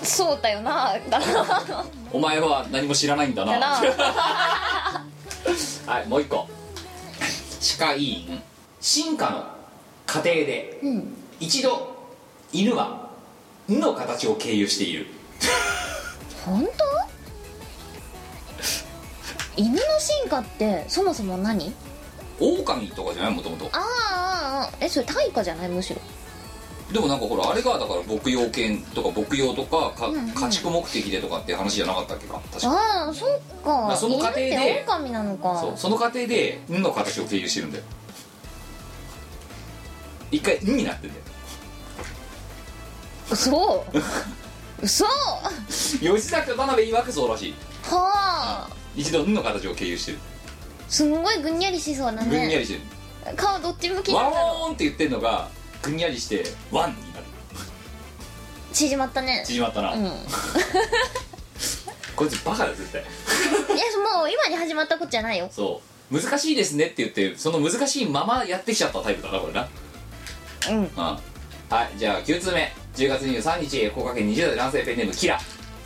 S2: そうだよなだな
S1: お前は何も知らないんだな
S2: だな
S1: はいもう一個歯科医院進化の過程で、一度犬は「ん」の形を経由している
S2: 本当犬の進化ってそもそも何
S1: 狼とかじゃないもともと
S2: ああああえそれ対価じゃないむしろ
S1: でもなんかほらあれがだから牧羊犬とか牧羊とかか、家畜目的でとかっていう話じゃなかったっけか確か
S2: ああそっ
S1: あ
S2: か
S1: その過程で
S2: 犬って狼なのか
S1: そうその過程で「ん」の形を経由してるんだよ一回「ん」になってんだよ
S2: 嘘嘘
S1: 吉崎と田辺曰くそうらしい
S2: はあ
S1: 一度「ん」の形を経由してる
S2: すんごいぐんやりしそうだ
S1: ぐんや
S2: ね
S1: りして
S2: 顔どっち向き
S1: る「
S2: な
S1: ワ
S2: んだろ
S1: オーン!」って言ってんのがぐんやりして「ワン!」になる
S2: う縮まったね
S1: 縮まったな、
S2: うん
S1: こ
S2: いやも
S1: いつバカだよ絶対
S2: う今に始まったことじゃないよ
S1: そう難しいですねって言ってその難しいままやってきちゃったタイプだなこれな
S2: うん
S1: はいじゃあ9通目10月23日福岡県20代男性ペンネームキラ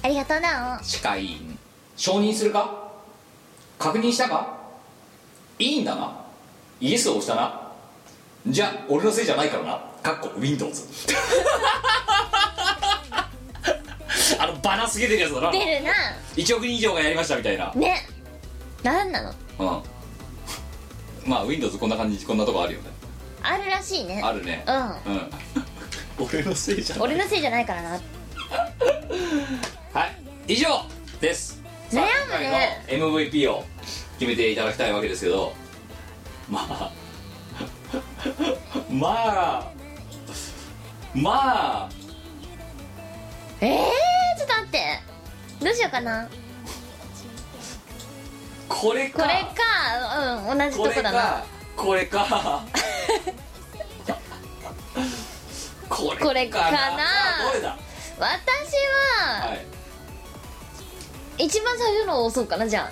S2: ありがとうな
S1: 歯科医院承認するか確認したかいいんだなイエスを押したなじゃあ俺のせいじゃないからなかっこ Windows あのバナすげてるやつだな
S2: 出るな
S1: 1億人以上がやりましたみたいな
S2: ねなんなの
S1: うんまあ Windows こんな感じこんなとこあるよね
S2: あるらしいね
S1: あるね
S2: う
S1: うん俺のせいじゃ
S2: ん俺のせいじゃないからな
S1: はい以上ですさあ
S2: 悩むね
S1: 今回の MVP を決めていただきたいわけですけどまあ まあまあ
S2: ええー、ちょっと待ってどうしようかな
S1: これ
S2: こ
S1: か
S2: れかうん同じとこだな
S1: これかこれか
S2: これかな
S1: さあどれだ
S2: 私は
S1: はい
S2: 一番最初のを押そうかなじゃあ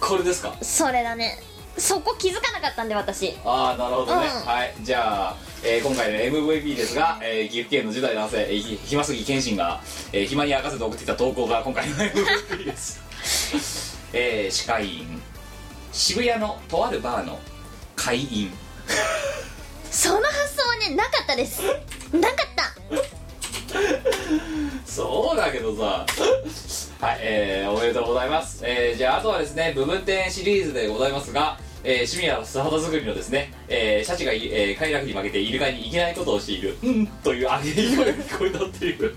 S1: これですか
S2: それだねそこ気づかなかったんで私
S1: ああなるほどね、
S2: うん
S1: はいじゃあ、えー今回の MVP ですが、えー岐阜県の10代男性、えーひ暇すぎ謙信が、えー暇に明かせと送ってきた投稿が今回の MVP です えー、歯科医院渋谷のとあるバーの会員
S2: その発想はねなかったですなかった
S1: そうだけどさ はいえー、おめでとうございます、えー、じゃああとはですね部分点シリーズでございますが、えー、趣味や素肌作りのですね、えー、シャチがい、えー快楽に負けてイルカにいけないことをしているうんというあげ声が聞こえたっていう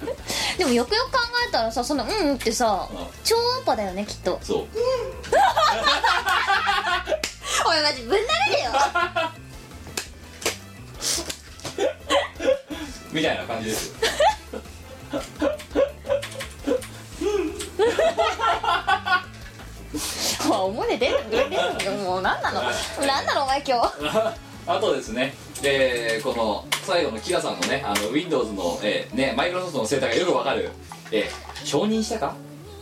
S2: でもよくよく考えたらさその「うんうん」ってさ
S1: うん
S2: 超音波だよねきっと
S1: そう
S2: おいマジぶん投げるよ
S1: みたいな感じですよ
S2: おもね出る出る出るもう何なの何なのお前今日
S1: あとですね、えーこの最後のキラさんのねあの Windows の、えーねマイクロソフトのセーターがよくわかる、えー承認したか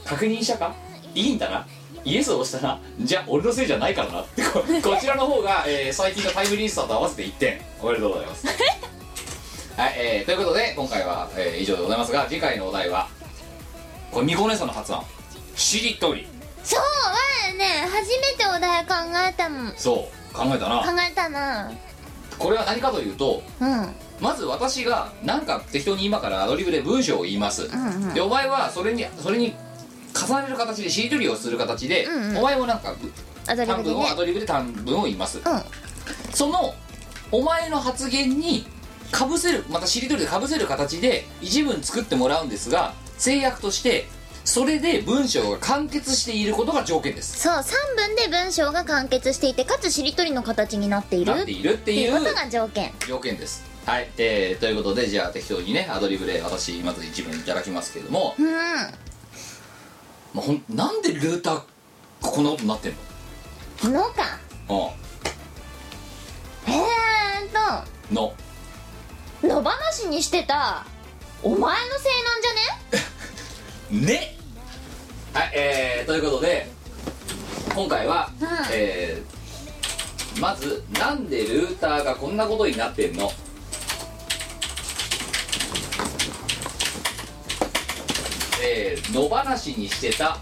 S1: 確認したかいいんだなイエスを押したなじゃあ俺のせいじゃないからなってここちらの方が、えー最近のタイムリースさと合わせて1点おめでとうございますはい、えーということで今回は、えー以上でございますが次回のお題はこれニコお姉さんの発案しりとり
S2: そう我ね初めてお題考えたもん考
S1: そう考えたな
S2: えたな
S1: これは何かというと
S2: うんうん
S1: まず私が何か適当に今からアドリブで文章を言います、
S2: んうん
S1: でお前はそれにそれに重ねる形でしりとりをする形で、
S2: うんうん
S1: お前もなんか
S2: アドリ
S1: 短
S2: ブで
S1: 文をア
S2: ね
S1: ドリブで短文を言います、
S2: ん
S1: そのお前の発言にかぶせるまたしりとりでかぶせる形で一文作ってもらうんですが制約としてそれで文章が完結していることが条件です
S2: そう3文で文章が完結していてかつしりとりの形になっている
S1: なっ
S2: ってて
S1: いるってい
S2: いう
S1: う
S2: ことが条件
S1: 条件ですはい、えーということでじゃあ適当にねアドリブで私まず一文いただきますけれども、
S2: うん
S1: まあ、ほんなんでルーターこんなことになってん
S2: のか
S1: の
S2: えーっ
S1: うんの
S2: と野放しにしてたお前のせいなんじゃね
S1: ねはいえー、ということで今回は、
S2: うん
S1: えーまずなんでルーターがこんなことになってんのえー、野放しにしてた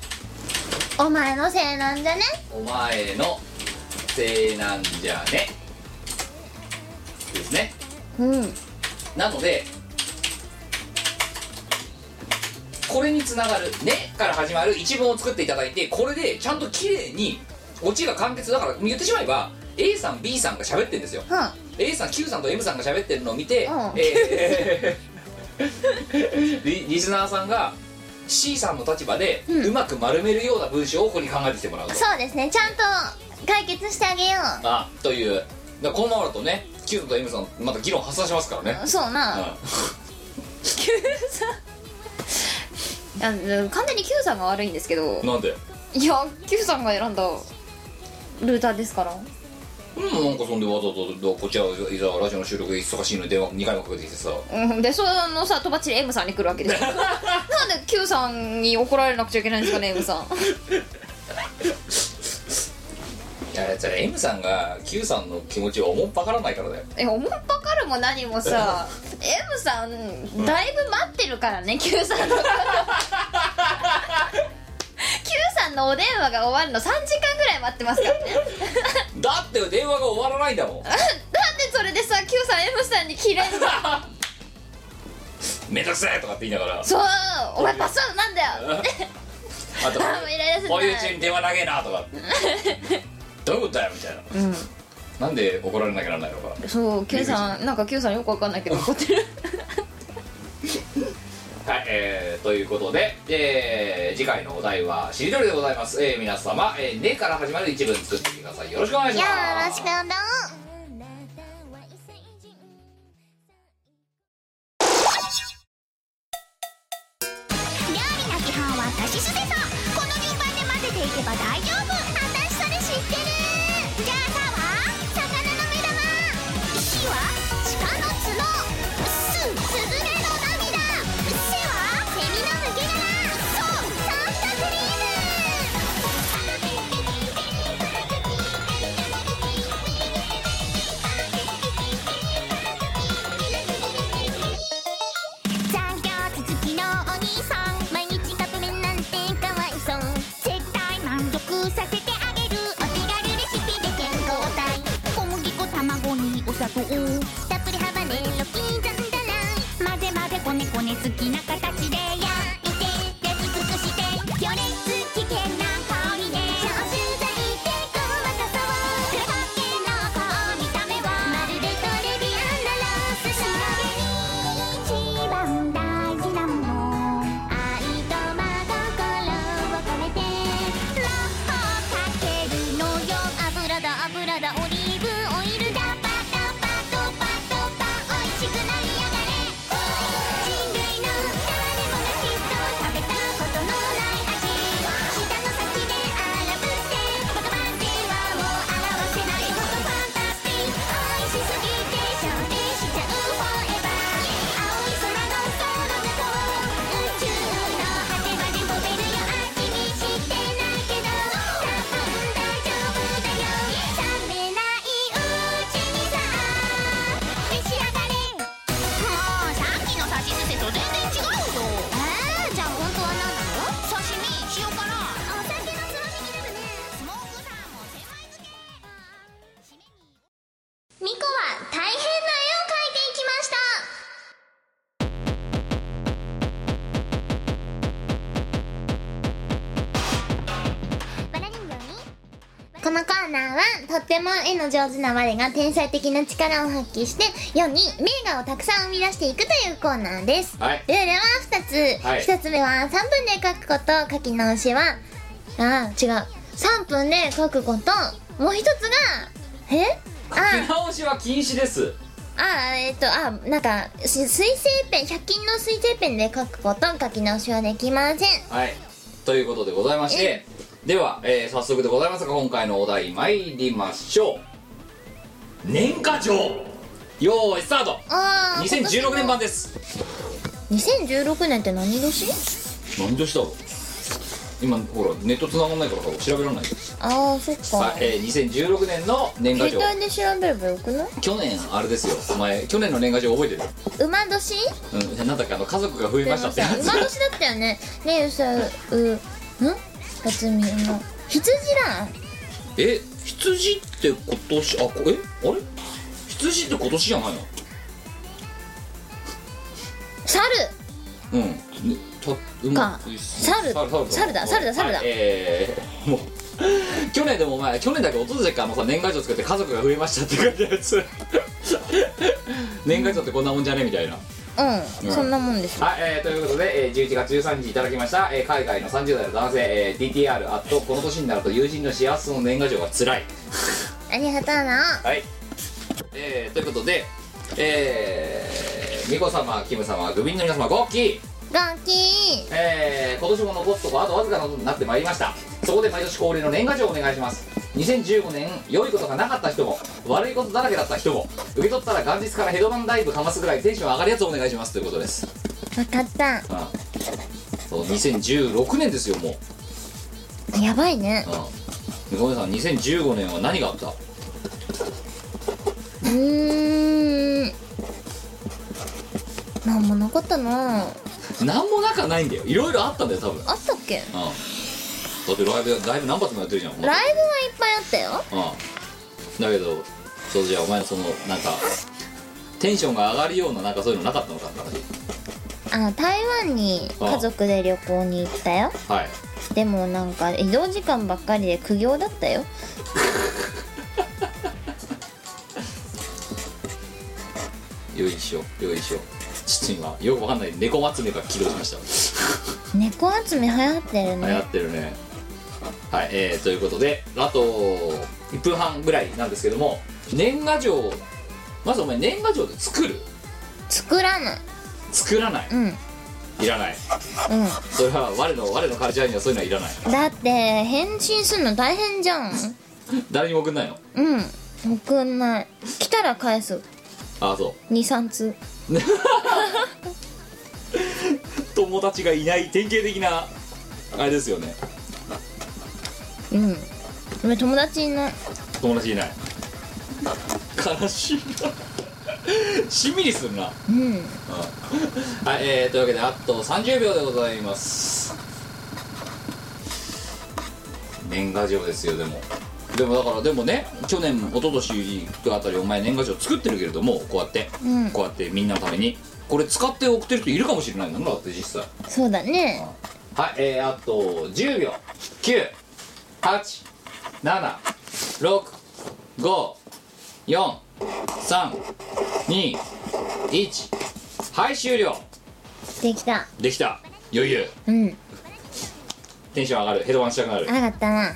S2: お前のせいなんじゃね
S1: お前のせいなんじゃねですね
S2: うん
S1: なのでこれにつながる「ね」から始まる一文を作っていただいてこれでちゃんと綺麗にオチが完結だから言ってしまえば A さん B さんが喋ってるんですよ、
S2: は
S1: A さん Q さんと M さんが喋ってるのを見て、
S2: うん
S1: えー リリスナーさんが C さんの立場で
S2: うん
S1: うまく丸めるような文章をここに考えてきてもらうと、
S3: そうですねちゃんと解決してあげよ
S1: あというだからこのままだとね Q さんと M さんまた議論発散しますからね、
S3: うそうな
S2: あの完全に Q さんが悪いんですけど
S1: うんなんで
S2: いや Q さんが選んだルーターですから
S1: うんなんかそんでわざわざこっちはいざラジオの収録で忙しいのに電話2回もかけてきてさ
S2: うん、でそのさとばっちり M さんに来るわけですよなんで Q さんに怒られなくちゃいけないんですかね M さん
S1: いやそれ M さんが Q さんの気持ちをおもんぱからないからだよ
S2: えおもんぱかるも何もさ M さんだいぶ待ってるからね Q さんの Q さんのお電話が終わるの3時間ぐらい待ってますからねだっ
S1: だって電話が終わらないんだもん
S2: てそれでさ Q さん M さんに切れん の
S1: めんどくせえとかって言いながら
S2: そうお前パスワードなんだよ
S1: あと
S2: あもうイライラするな
S1: こういううちに電話投げえなとか どういうことだよみたいな、なんで怒られなきゃならないのか
S2: そう Q さんなんか Q さんよくわかんないけど怒ってる
S1: はいえー、ということで、えー、次回のお題は「しりとり」でございます、えー、皆様「えーね」から始まる一文作ってくださいよろしくお願いし
S3: う
S1: ま
S3: よ
S1: す
S3: ろしくどう
S4: 料理の基本はさしすせそこの順番で混ぜていけば大丈夫私それ知ってるじゃあさは魚の目玉火は鹿の角すスズメの涙背はセミの抜け殻そうサンタクリーム残業続きのお兄さん毎日カップ麺なんてかわいそう絶対満足させてあげるお手軽レシピで健康体小麦粉卵にお砂糖たっぷりハバネロ刻んだら混ぜ混ぜこねこね好きな形で焼いて焼き尽くして余熱危険な香りで消臭剤でごまかそう黒はけの顔見た目はまるでトレビアンなロース仕上げに「一番大事なもの」「愛と真心を込めて」「魔法かけるのよ」「油だ油だオリーブオイルだ」「パタパトパトパ」「おいしくなりやがれ」「人類の誰でもがきっと食べたことのない味」「舌の先で荒ぶって」「言葉ではもう表せないほどファンタスティック」「おいしすぎて消費しちゃうフォーエバー」「青い空の空の向こう」「宇宙の果てまで飛べるよ味見してないけど」「多分大丈夫だよ」「冷めないうちにさ召し上がれ」もうさっきのさしすせと全然違うよえー、じゃあ本当は何なの刺身塩辛お酒のつまみになるねスモークサーモン千枚漬けミコは大変な絵を描いていきましたこのコーナーはとっても絵の上手な我が天才的な力を発揮して世に名画をたくさん生み出していくというコーナーです
S1: はい
S3: ルールは2つ、
S1: はい
S3: 1つ目は3分で書くこと書き直しはあー違う3分で書くこともう一つがえ
S1: 書
S3: あ
S1: き 直しは禁止です
S3: あえっとあなんかし水性ペン100均の水性ペンで書くこと書き直しはできません
S1: はいということでございましてでは、えー早速でございますが今回のお題参りましょう年賀状よーいスタート
S3: ああ
S1: 2016年版です
S3: 2016年って何年
S1: 何でしたろう今ほらネット繋がんないからさ調べられないよ
S3: ああそっ
S1: さ
S3: か
S1: あ、えー2016年の年賀
S3: 携
S1: 状
S3: 帯で調べればよくない
S1: 去年あれですよお前去年の年賀状覚えてる、
S3: 馬年っ
S1: うん、なんだっけあの家族が増え
S3: て
S1: ま
S3: の
S1: した
S3: さ
S1: ってやつ
S3: 馬年だったよねねえさうん辰巳の羊らん
S1: え羊って今年あこえあれ羊って今年じゃないの
S3: 猿
S1: うんねたうまく
S3: か猿
S1: 猿
S3: 猿だ猿だ猿だ
S1: はいえーもう 今日去年でもお前去年だけおととしかのさ年賀状作って家族が増えましたって書いてあるやつ 年賀状ってこんなもんじゃねみたいな
S2: うん、
S1: うん
S2: そんなもんです
S1: はい、えー、ということで、えー、11月13日いただきました、えー海外の30代の男性、えー DTR あとこの年になると友人の幸せの年賀状が辛い
S2: ありがとうな
S1: はい、えー、ということでえー、ミコ様、キム様、グビンの皆様、ゴッキー、
S2: ガンキー
S1: えー、今年も残すとこあとわずかなことになってまいりましたそこで毎年恒例の年賀状をお願いします2015年良いことがなかった人も悪いことだらけだった人も受け取ったら元日からヘドバンダイブかますぐらいテンション上がるやつをお願いしますということです
S2: わか
S1: う
S2: っ
S1: んそう2016年ですよもう、
S2: たやばいね
S1: うん、ごめんなさん2015年は何があった
S2: うーんなんもなかったなあ
S1: 何もなかないんだよいろいろあったんだよ多分、うん、だ
S2: あったっけ
S1: ってライブライブ何発もやってるじゃん、うん、だ
S2: ライブはいっぱいあったよ
S1: けどそうじゃあお前そのなんかテンションが上がるようななんかそういうのなかったのかって話
S2: あ台湾に家族で旅行に行ったよ
S1: はい
S2: でもなんか移動時間ばっかりで苦行だったよ
S1: よいしょよいしょちょっと今よくわかんない猫まつめが起動しまし
S2: 猫集め流行ってる
S1: た流行
S2: ね
S1: ってるねはいえー、ということであと1分半ぐらいなんですけども年賀状まずお前年賀状で作る
S2: 作らない
S1: 作らない
S2: うんう
S1: いらない
S2: ん
S1: それは我の我のカルチャーにはそういうのはいらない
S2: だって返信するの大変じゃん
S1: 誰にも送んないの
S2: うん送んない来たら返す
S1: ああそう
S2: 23通
S1: 友達がいない典型的なあれですよね
S2: うん俺友達いない
S1: 友達いない悲しいなしんみりするな
S2: うん
S1: はい、えー、というわけであと30秒でございます年賀状ですよでもでもだからでもね去年一昨年あたりお前年賀状作ってるけれどもこうやって、
S2: うん
S1: こうやってみんなのためにこれ使って送ってる人いるかもしれないもんだって実際
S2: そうだね
S1: はいえー、あと10秒987654321はい終了
S2: できた
S1: できた余裕
S2: うん
S1: テンション上がるヘドバンしたくなる
S2: 上がったな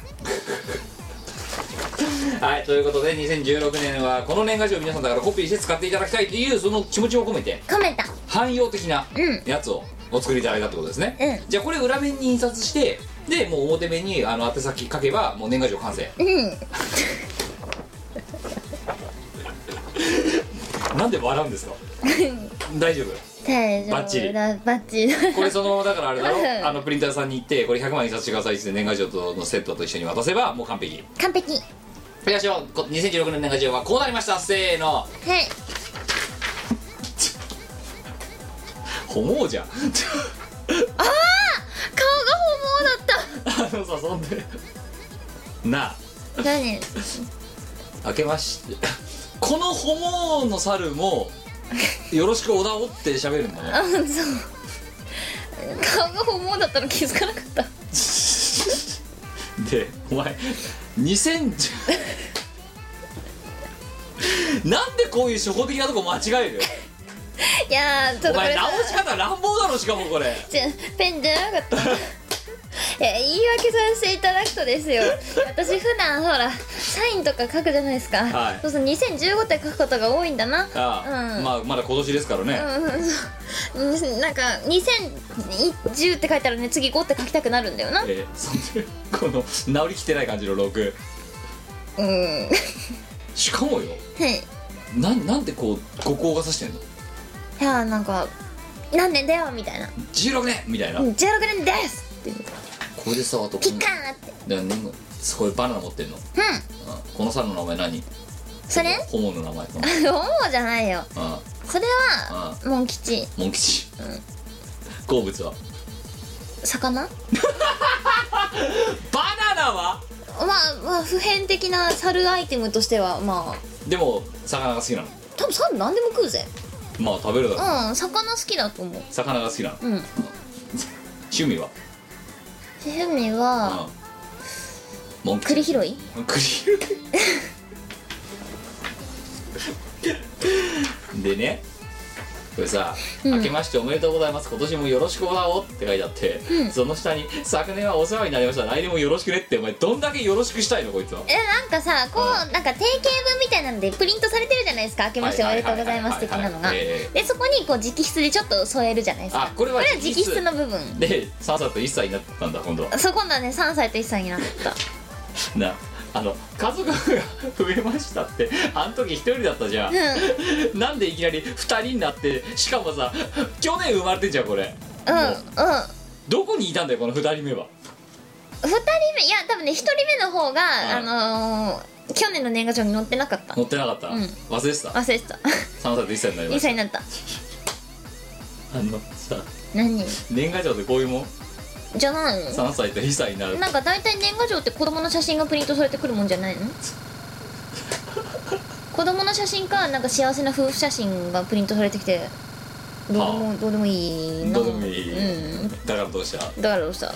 S1: はいということで2016年はこの年賀状を皆さんだからコピーして使っていただきたいっていうその気持ちを込めて
S2: 込めた
S1: 汎用的な
S2: うん
S1: やつをお作りいただいたってことですね、
S2: う
S1: じゃあこれ裏面に印刷してでもう表面にあの宛先書けばもう年賀状完成
S2: うん
S1: なんで笑うんですか大丈夫
S2: 大丈夫
S1: バッチリ
S2: だバッチリ
S1: これそのままだからあれだ
S2: うん
S1: ろあのプリンターさんに行ってこれ100万印刷してくださいって年賀状とのセットと一緒に渡せばもう完璧
S2: 完璧は
S1: よいしょこ2016年年賀状はこうなりましたせーの
S2: い
S1: ほもうじゃん
S2: 顔が本 望だっ
S1: あのさそんでなあ
S2: た何
S1: 開けましてこのホモの猿もよろしくおだおって喋るんだね
S2: あそう顔が本望だったの気づかなかった
S1: でお前2010 なんでこういう初歩的なとこ間違える
S2: いやーちょ
S1: お
S2: っとこ
S1: 前
S2: れさ
S1: 直し方乱暴だろしかもこれ
S2: じゃペンじゃな かったいや言い訳させていただくとですよ私普段ほらサインとか書くじゃないですか、
S1: はい
S2: そうそう2015って書くことが多いんだな
S1: ああ、
S2: うん
S1: まあまだ今年ですからね、
S2: うんそうなんか2010って書いたらね次5って書きたくなるんだよな
S1: えーそんでこの治りきってない感じの6
S2: うん
S1: しかもよ
S2: はい
S1: なんなんでこう五光がさしてんの
S2: いやなんか何年だよみたいな
S1: 16年みたいな、
S2: うん16年ですっていう
S1: これでさあとこ
S2: ピ
S1: の
S2: カーンって
S1: だからねすごいバナナ持ってんの
S2: うん
S1: うんこの猿の名前何
S2: それ
S1: ホモの名前
S2: 思 うじゃないよ
S1: あ
S2: それはモン吉
S1: モン吉、好物は
S2: 魚
S1: バナナは
S2: まあ、まあ、普遍的な猿アイテムとしてはまあ
S1: でも魚が好きなの
S2: 多分猿何でも食うぜ
S1: まあ食べるだろう、
S2: うん魚好きだと思う
S1: 魚が好きなの
S2: うん
S1: 趣味は
S2: 趣味は
S1: う文句
S2: 栗拾い
S1: 栗拾いでねこれさ「明けましておめでとうございます今年もよろしくおなお」って書いてあって、その下に「昨年はお世話になりました来年もよろしくね」ってお前どんだけよろしくしたいのこいつは
S2: えなんかさこうなんか定型文みたいなのでプリントされてるじゃないですか「明けましておめでとうございます」的なのが
S1: はいはいはいはいはいえ
S2: でそこにこう直筆でちょっと添えるじゃないですか
S1: あこれは
S2: これは直筆の部分
S1: で3歳と1歳になったんだ今度は
S2: そこだね3歳と1歳になった
S1: なあの家族が増えましたってあの時一人だったじゃん、なんでいきなり2人になってしかもさ去年生まれてんじゃんこれ
S2: うんうん
S1: もうどこにいたんだよこの2人目は
S2: 2人目いや多分ね1人目の方が、
S1: い
S2: あのー去年の年賀状に載ってなかった
S1: 乗ってなかった、
S2: うん
S1: 忘れてた3
S2: 忘れてた
S1: 歳と1歳になりまし
S2: 2
S1: た
S2: 歳になった
S1: あのさ
S2: 何
S1: 年賀状でこういうもん
S2: じゃないの
S1: 3歳と1歳になる
S2: なんか大体年賀状って子供の写真がプリントされてくるもんじゃないの子供の写真かなんか幸せな夫婦写真がプリントされてきてどうでもどうでもいいな
S1: どうでもいい、
S2: うん、
S1: だからどうした
S2: だからさ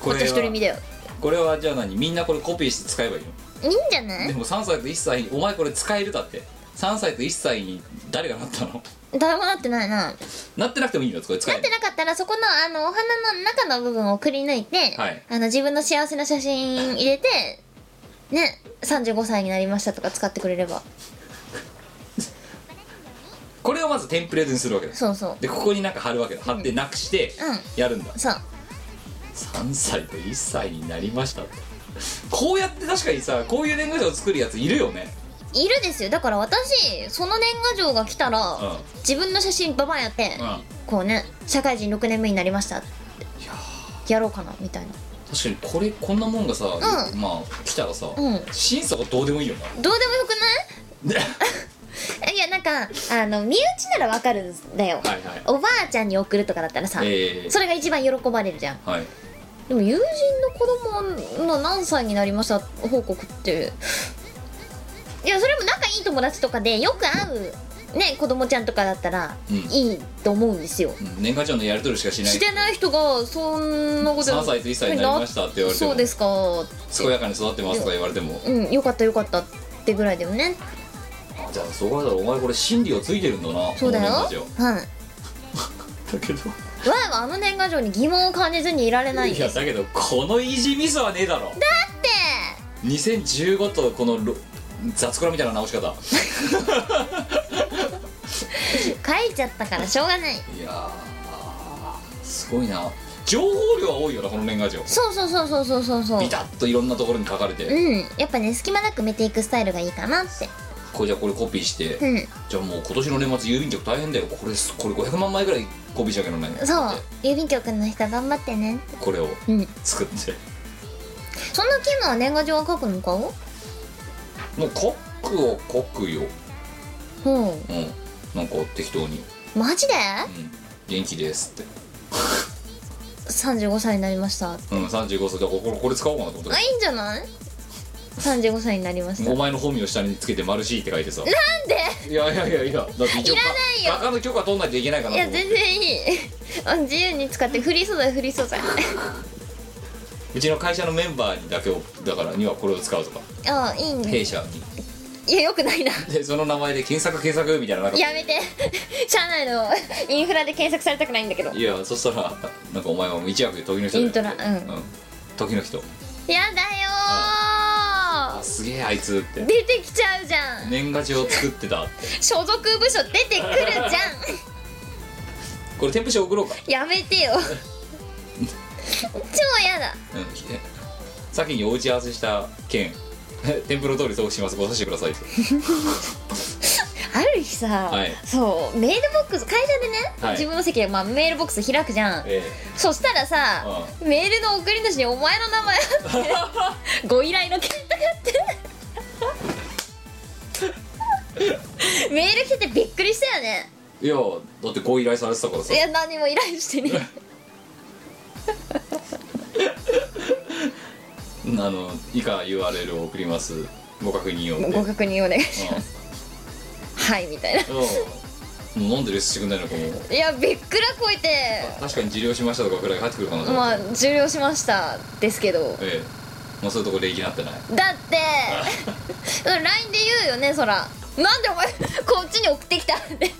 S1: こ
S2: こっち
S1: れ
S2: は独り身
S1: は
S2: だよ
S1: これはじゃあ何みんなこれコピーして使えばいいの
S2: いいんじゃな
S1: で
S2: い
S1: も3歳と1歳にお前これ使えるだって3歳と1歳に誰がなったの
S2: 誰もなってないななっ
S1: なってなくてもいいのこれ使える
S2: てなかったらそこのあのお花の中の部分をくり抜いて、
S1: はい
S2: あの自分の幸せな写真入れてね35歳になりましたとか使ってくれれば
S1: これをまずテンプレートにするわけです
S2: そうそ
S1: でここになんか貼るわけだ貼ってなくして
S2: う
S1: やるんだ、
S2: うそう
S1: 3歳と1歳になりましたってこうやって確かにさこういう年賀状を作るやついるよね
S2: いるですよだから私その年賀状が来たら、
S1: うん
S2: 自分の写真ババンやって、
S1: うん
S2: こうね社会人6年目になりましたってやろうかなみたいな
S1: 確かにこれこんなもんがさ、
S2: う
S1: まあ来たらさ、
S2: うん
S1: 審査がどうでもいいよな
S2: どうでもよく
S1: ね
S2: ないいやなんかあの身内ならわかるんだよ、
S1: はいはい
S2: おばあちゃんに送るとかだったらさ、
S1: え
S2: それが一番喜ばれるじゃん
S1: ー、はい
S2: でも友人の子供の何歳になりました報告っていやそれも仲いい友達とかでよく会うね子供ちゃんとかだったら
S1: うん
S2: いいと思うんですよ、
S1: うん年賀状のやり取りしかしない
S2: してない人がそんなこと
S1: 3歳と1歳になりましたって言われても
S2: そうですか
S1: 健やかに育ってますとか言われても
S2: うんよかったよかったってぐらいだよね
S1: あじゃあそう考えたらお前これ心理をついてるんだな
S2: そうだよ
S1: この年賀
S2: は
S1: 状
S2: いわ
S1: だけど
S2: いはあの年賀状に疑問を感じずにいられないん
S1: いや
S2: です
S1: だけどこの意地ミスはねえだろだって2015とこのろ雑コラみたいな直し方
S2: 書いちゃったからしょうがない
S1: いやーすごいな情報量は多いよなこの年賀状
S2: そうそうそうそうそうそうそう
S1: ビタッといろんなところに書かれて、
S2: うんやっぱね隙間なく埋めていくスタイルがいいかなって
S1: これじゃあこれコピーして、
S2: うん
S1: じゃあもう今年の年末郵便局大変だよこれすこれ500万枚ぐらいコピーしなきゃならない
S2: そう
S1: だって
S2: 郵便局の人頑張ってね
S1: これを
S2: うん
S1: 作って、
S2: そんなキムは年賀状は書くのかを
S1: もうコックをコックよ
S2: う
S1: う
S2: ん
S1: んなんか適当に
S2: マジで
S1: 「うん、元気です」って
S2: 35歳になりました
S1: うん35歳だからこれこれ使おうかなと思っ
S2: あいいんじゃない35歳になりました
S1: てお前の本名を下につけて「マルシー」って書いてさ
S2: なんで
S1: いやいやいやいやだって一応
S2: いらないよ
S1: 画家の許可取んないといけないかないと思
S2: や
S1: って
S2: 全然いいあ自由に使ってフリー素材フリー素材
S1: うちの会社のメンバーにだけをだからにはこれを使うとか
S2: ああいいね
S1: 弊社に
S2: いやよくないな
S1: でその名前で検索検索みたいななんか
S2: やめて社内のインフラで検索されたくないんだけど
S1: いやそしたらなんかお前はもう一躍で時の人
S2: イントラうん
S1: うん、時の人
S2: やだ
S1: あ
S2: よ
S1: すげえあいつって
S2: ー出てきちゃうじゃん
S1: 年賀状作ってた
S2: 所属部署出てくるじゃ
S1: これ添付書送ろうか、
S2: ん やめてよ超やだ
S1: うん、先にお打ち合わせした件添付の通り送付しますご指してくださいって
S2: ある日さ、
S1: はい
S2: そうメールボックス会社でね、
S1: はい
S2: 自分の席で、まあ、メールボックス開くじゃん
S1: え
S2: そしたらさ、メールの送り主にお前の名前あっ てご依頼の件とかってメール来ててびっくりしたよね
S1: えいやだってご依頼されてたから
S2: い
S1: さ
S2: や何も依頼してね
S1: あの以下 URL を送りますご確認を って
S2: ご確認お願いしますはいみたいな
S1: うんうんもう飲んでるしくないのかも
S2: いやびっくらこいて
S1: 確かに治療しましたとかくらい入ってくるかなと思っ
S2: ま
S1: て
S2: あ受領しましたですけど
S1: えもうそういうとこ礼儀なってない
S2: だって うん LINE で言うよねそらなんでお前 こっちに送ってきたって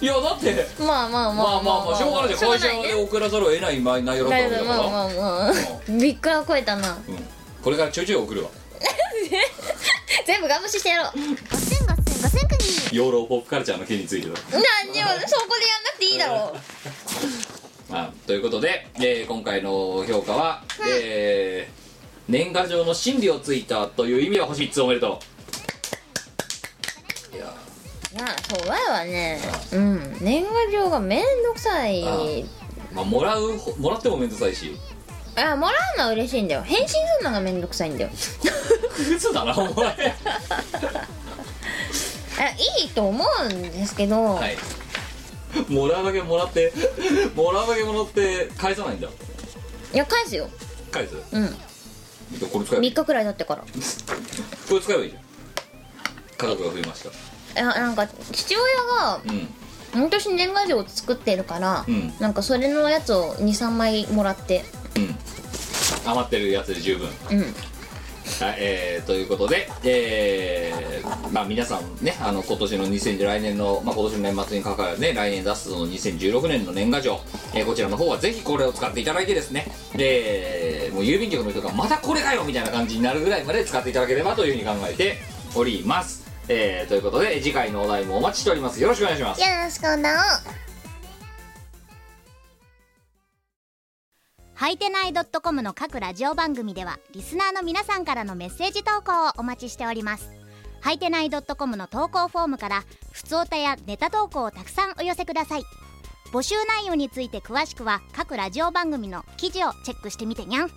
S1: いやだって
S2: まあま
S1: まあ
S2: あまあ
S1: まあまあしょうがないじゃん会社で送らざるを得ない内容だった
S2: だ
S1: わけ
S2: け
S1: だ
S2: ど
S1: か
S2: ま
S1: ら
S2: あまあ まあびっくら超えたな
S1: うんこれからちょいちょい送るわ
S2: 全部ガムシしてやろう
S3: ガセンガセンガセンクギ
S1: 養老ポップカルチャーの件についてだ
S2: 何にもそこでやんなくていいだろう
S1: まあ、ということで、えー今回の評価は、えー年賀状の真理をついたという意味は星3つおめでとういや
S2: まあそう前はねうん年賀状がめんどくさい
S1: まあもらうほもらっても面倒くさいし
S2: あもらうのは嬉しいんだよ返信するのがめんどくさいんだよ
S1: クズだなお前
S2: あいいと思うんですけど、
S1: はいもらうだけもらってもらうだけもらって返さないんだ
S2: いや返すよ
S1: 返す
S2: うん
S1: これ使えばいい
S2: 3日くらい経ってから
S1: これ使えばいいじゃん価格が増えました
S2: いやなんか父親が
S1: うん
S2: 毎年年賀状を作ってるから、
S1: うん
S2: なんかそれのやつを23枚もらって
S1: 余ってるやつで十分
S2: うん
S1: はい、えー、ということで、えー、まあ皆さんね、あの、今年の2010、来年の、まあ今年の年末にかかるね、来年出すその2016年の年賀状、えーこちらの方はぜひこれを使っていただいてですね、で、もう郵便局の人がまたこれかよみたいな感じになるぐらいまで使っていただければというふうに考えております。えー、ということで、次回のお題もお待ちしております。よろしくお願いします。
S3: よろしくおなお
S4: はいてない .com の各ラジオ番組ではリスナーの皆さんからのメッセージ投稿をお待ちしておりますはいてない .com の投稿フォームからふつおたやネタ投稿をたくさんお寄せください募集内容について詳しくは各ラジオ番組の記事をチェックしてみてにゃん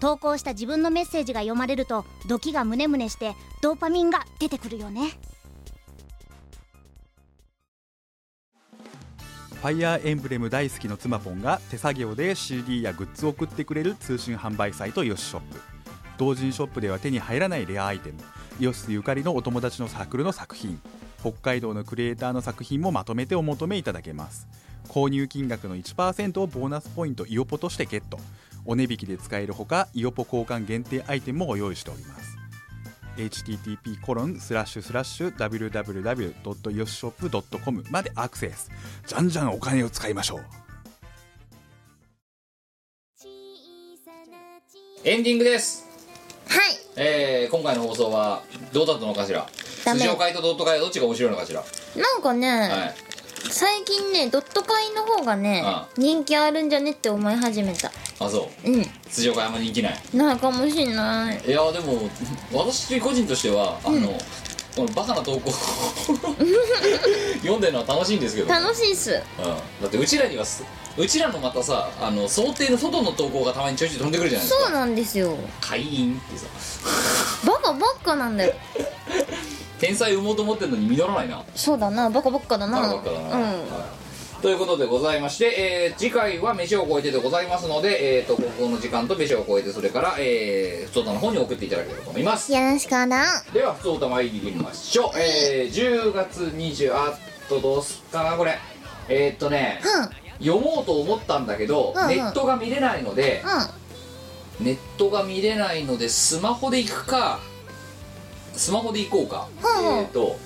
S4: 投稿した自分のメッセージが読まれるとドキがムネムネしてドーパミンが出てくるよね
S5: ファイアーエンブレム大好きの妻ポンが手作業で CD やグッズを送ってくれる通信販売サイトヨシショップ同人ショップでは手に入らないレアアイテムヨシスゆかりのお友達のサークルの作品北海道のクリエイターの作品もまとめてお求めいただけます購入金額の1%をボーナスポイントイオポとしてゲットお値引きで使えるほかイオポ交換限定アイテムもご用意しております http コロンスラッシュスラッシュ www.yoshop.com までアクセスじゃんじゃんお金を使いましょう
S1: エンディングです。
S2: はい
S1: えー、今回の放送はどうだったのかしら
S2: ダメ
S1: スシオ会とドット会はどっちが面白いのかしら、
S2: なんかね、
S1: はい
S2: 最近ねドット会の方がね
S1: ああ
S2: 人気あるんじゃねって思い始めた
S1: あそう
S2: うん
S1: 通常会あんま人気ない
S2: なんかもしんない
S1: いやでも私個人としてはあの、このバカな投稿 読んでるのは楽しいんですけど、うん、だ
S2: 楽しいっす
S1: ってうちらにはすうちらのまたさあの想定の外の投稿がたまにちょいちょい飛んでくるじゃないです
S2: そ
S1: か
S2: うなんですよ
S1: 会員ってさ
S2: バカばっかなんだよ
S1: 天才産もうと思ってるのに実らないな
S2: そうだなバカばっかだな
S1: なるほどな
S2: うん
S1: はいということでございまして、えー次回は飯を超えてでございますので、えー、と高校の時間と飯を超えてそれから、えー、普通歌の方に送っていただければと思います
S3: よろしくおなお
S1: では普通歌参りましょう、えー、10月20あっとどうすっかなこれえー、っとね、読もうと思ったんだけど、
S3: んうん
S1: ネットが見れないので、ネットが見れないのでスマホで行くかスマホで行こうか、えー、っと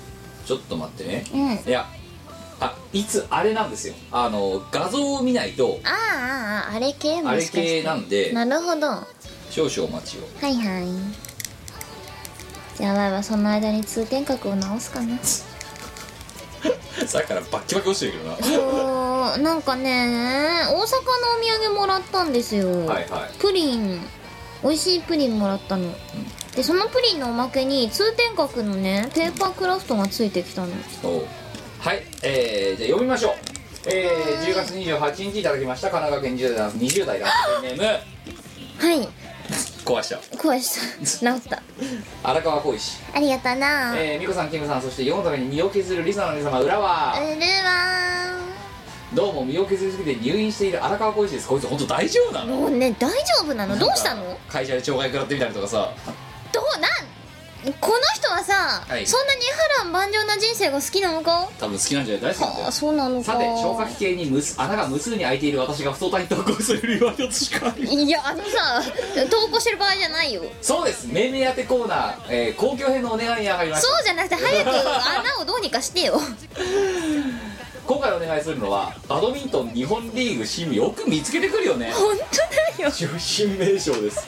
S1: ちょっと待ってね、いやあいつあれなんですよあの画像を見ないと
S3: あああああれ系も
S1: あれ
S3: しかして
S1: 系なんで
S3: なるほどは
S1: 少々お待ちを
S3: いはいじゃあワイはその間に通天閣を直すか な
S1: さっきからバッキバキ落ちてるけどな
S2: そうなんかね大阪のお土産もらったんですよ、
S1: はいはい
S2: プリン美味しいプリンもらったのでそのプリンのおまけに通天閣のねペーパークラフトがついてきたの
S1: おうはい、えー、じゃあ読みましょうえー、10月28日いただきました神奈川県20代20代男性ネーム
S2: はい
S1: 壊した
S2: 壊した 治った
S1: 荒川浩石
S3: ありがとうな
S1: えー、美子さんキムさんそして世のために身を削るリサの皆様裏は
S3: うるわ
S1: どうも身を削りすぎて入院している荒川浩石ですこいつ本当大丈夫なの
S2: もうね大丈夫なのどうしたの
S1: 会社で懲戒食らってみたりとかさ
S2: どうなんこの人はさ、
S1: はい
S2: そんなに波乱万丈な人生が好きなのか
S1: 多分好きなんじゃない大好きなんだ
S2: あ
S1: よ
S2: そうなのか
S1: さて消化器系に無数穴が無数に開いている私が不相対に投稿する理由は一つしかありません
S2: いやあのさ投稿してる場合じゃないよ
S1: そうです命名当てコーナー、えー、公共編のお願いに上がりまし
S2: そ
S1: た
S2: うじゃなくて早く穴をどうにかしてよ
S1: 今回お願いするのはバドミントン日本リーグ新よく見つけてくるよね
S2: 本当だよ
S1: 新名称です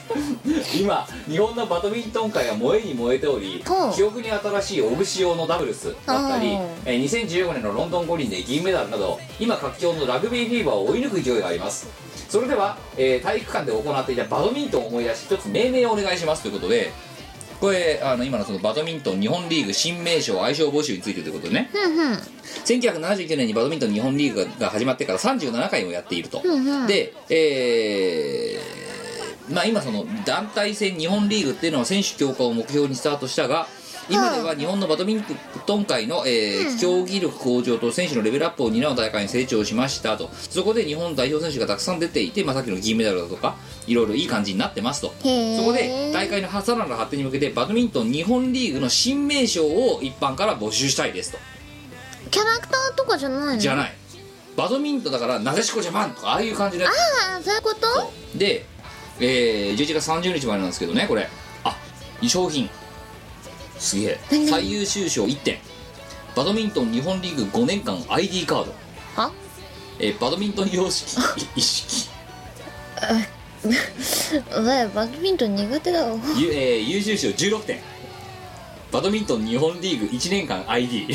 S1: 今日本のバドミントン界は燃えに燃えており
S2: うん
S1: 記憶に新しいオグシ用のダブルスだったり
S2: うん、
S1: えー2015年のロンドン五輪で銀メダルなど今活況のラグビーフィーバーを追い抜く勢いがありますそれでは、えー体育館で行っていたバドミントンを思い出し一つ命名をお願いしますということでこれあの今のそのバドミントン日本リーグ新名称愛称募集についてということでね
S2: うんうん
S1: 1979年にバドミントン日本リーグが始まってから37回もやっていると、
S2: うんうん
S1: でえーまあ今その団体戦日本リーグっていうのは選手強化を目標にスタートしたが今では日本のバドミントン界の、えー競技力向上と選手のレベルアップを担う大会に成長しましたとそこで日本代表選手がたくさん出ていて、まあ、さっきの銀メダルだとかいろいろいい感じになってますと
S2: へー
S1: そこで大会のさらなる発展に向けてバドミントン日本リーグの新名称を一般から募集したいですと
S2: キャラクターとかじゃないの
S1: じゃないバドミントンだからなでしこジャパンとかああいう感じのやつ
S2: ああそういうこと
S1: で、えー、11月30日までなんですけどねこれあ商品すげえ最優秀賞1点バドミントン日本リーグ5年間 ID カード
S2: は
S1: えーバドミントン様式 一式
S2: お前バドミントン苦手だわ
S1: ゆえー優秀賞16点バドミントン日本リーグ1年間 ID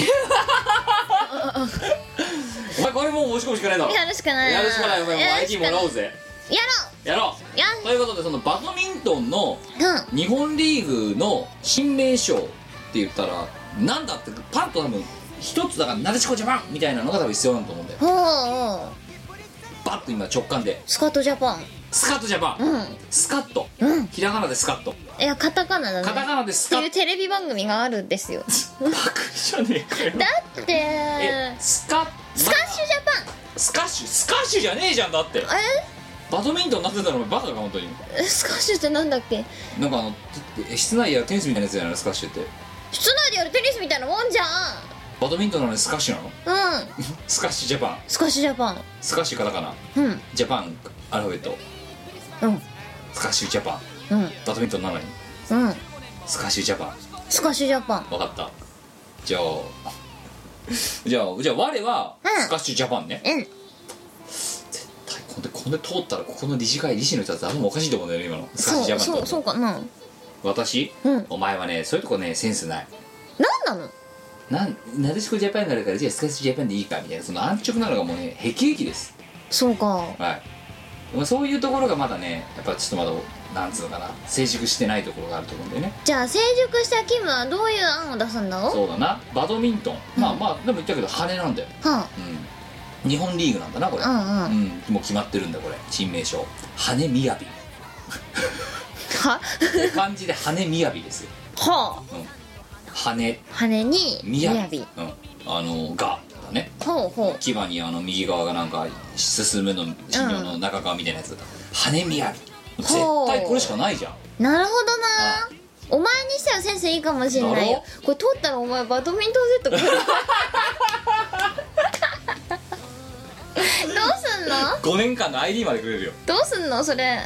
S1: お前これもう申し込むしかないだろ
S2: やるしかないな
S1: やるしかないお前もう
S2: やる
S1: ID
S2: し
S1: も
S2: からない
S1: おうぜ
S2: や
S1: やろう
S2: ろ
S1: ということでそのバドミントンの
S2: うやんうん
S1: 日本リーグの新名称って言ったらなんだってパンと多分一つだからなでしこジャパンみたいなのが多分必要なんだと思うんだよ
S2: ほうほう
S1: バッと今直感で
S2: スカートジャパン
S1: スカットジャパン、
S2: うん
S1: スカット、
S2: うん
S1: ひらがなでスカット
S2: いやカタカナだね
S1: カタカナでスカ
S2: ってい
S1: ッ
S2: うテレビ番組があるんですよ
S1: トパクリじゃねえかよ
S2: だって
S1: えスカッ
S2: スカッシュジャ
S1: スカッシュスカッシュじゃねえじゃんだって
S2: パン
S1: バドミントンなってんだろお前バカか本当に
S2: えスカッシュってなんだっけ
S1: なんかあのえ室内やテニスみたいなやつじゃないのスカッシュって
S2: 室内でやるテニスみたいなもんじゃ
S1: バドミントンなのにスカッシュなの
S2: んうん
S1: スカッシュジャパン
S2: スカッシュジャパン
S1: スカッシュカタカナ
S2: うん
S1: ジャパンアルファベット
S2: うん
S1: スカッシュジャパン
S2: うん
S1: バドミントンなのに
S2: うん
S1: スカッシュジャパン
S2: スカッシュジャパン
S1: 分かったじゃあじゃあじゃあ 我は
S2: うん
S1: スカッシュジャパンね、
S2: うん
S1: これこれ通ったらここの理事会理事の人は頭おかしいと思うんだよね今のスカッシュジ
S2: そ
S1: ャ
S2: う
S1: パン
S2: そうそううかななん
S1: 私、
S2: うん
S1: お前はねそういうとこねセンスない
S2: なの
S1: なんなでしこジャパンがあるからじゃあスカッシュジャパンでいいかみたいなその安直なのがもうねへきです
S2: そうか
S1: はいまあそういうところがまだねやっぱちょっとまだなんつうのかな成熟してないところがあると思うんだよね
S2: じゃあ成熟したキムはどういう案を出すんだろ
S1: そうだなバドミントン、まあまあでも言ったけど羽なんだよ
S2: は
S1: うん、日本リーグなんだなこれ、
S2: あうんうん
S1: うんもう決まってるんだこれ新名称羽みやび
S2: は
S1: 漢字で羽みやびですよ
S2: は
S1: 羽
S2: あ羽に
S1: みやび
S2: び
S1: うん、あのがだね
S2: ほうほ
S1: 牙にあの右側がなんか進むの進路の中側みたいなやつ、羽みやび絶
S2: ほう
S1: 対これしかないじゃん
S2: うなるほどなお前にしてはセンスいいかもしれない
S1: だ
S2: よ
S1: ろ
S2: これ取ったらお前バドミントンセット来る どうすんの
S1: 5年間の ID までくれるよ
S2: どうすんのそれ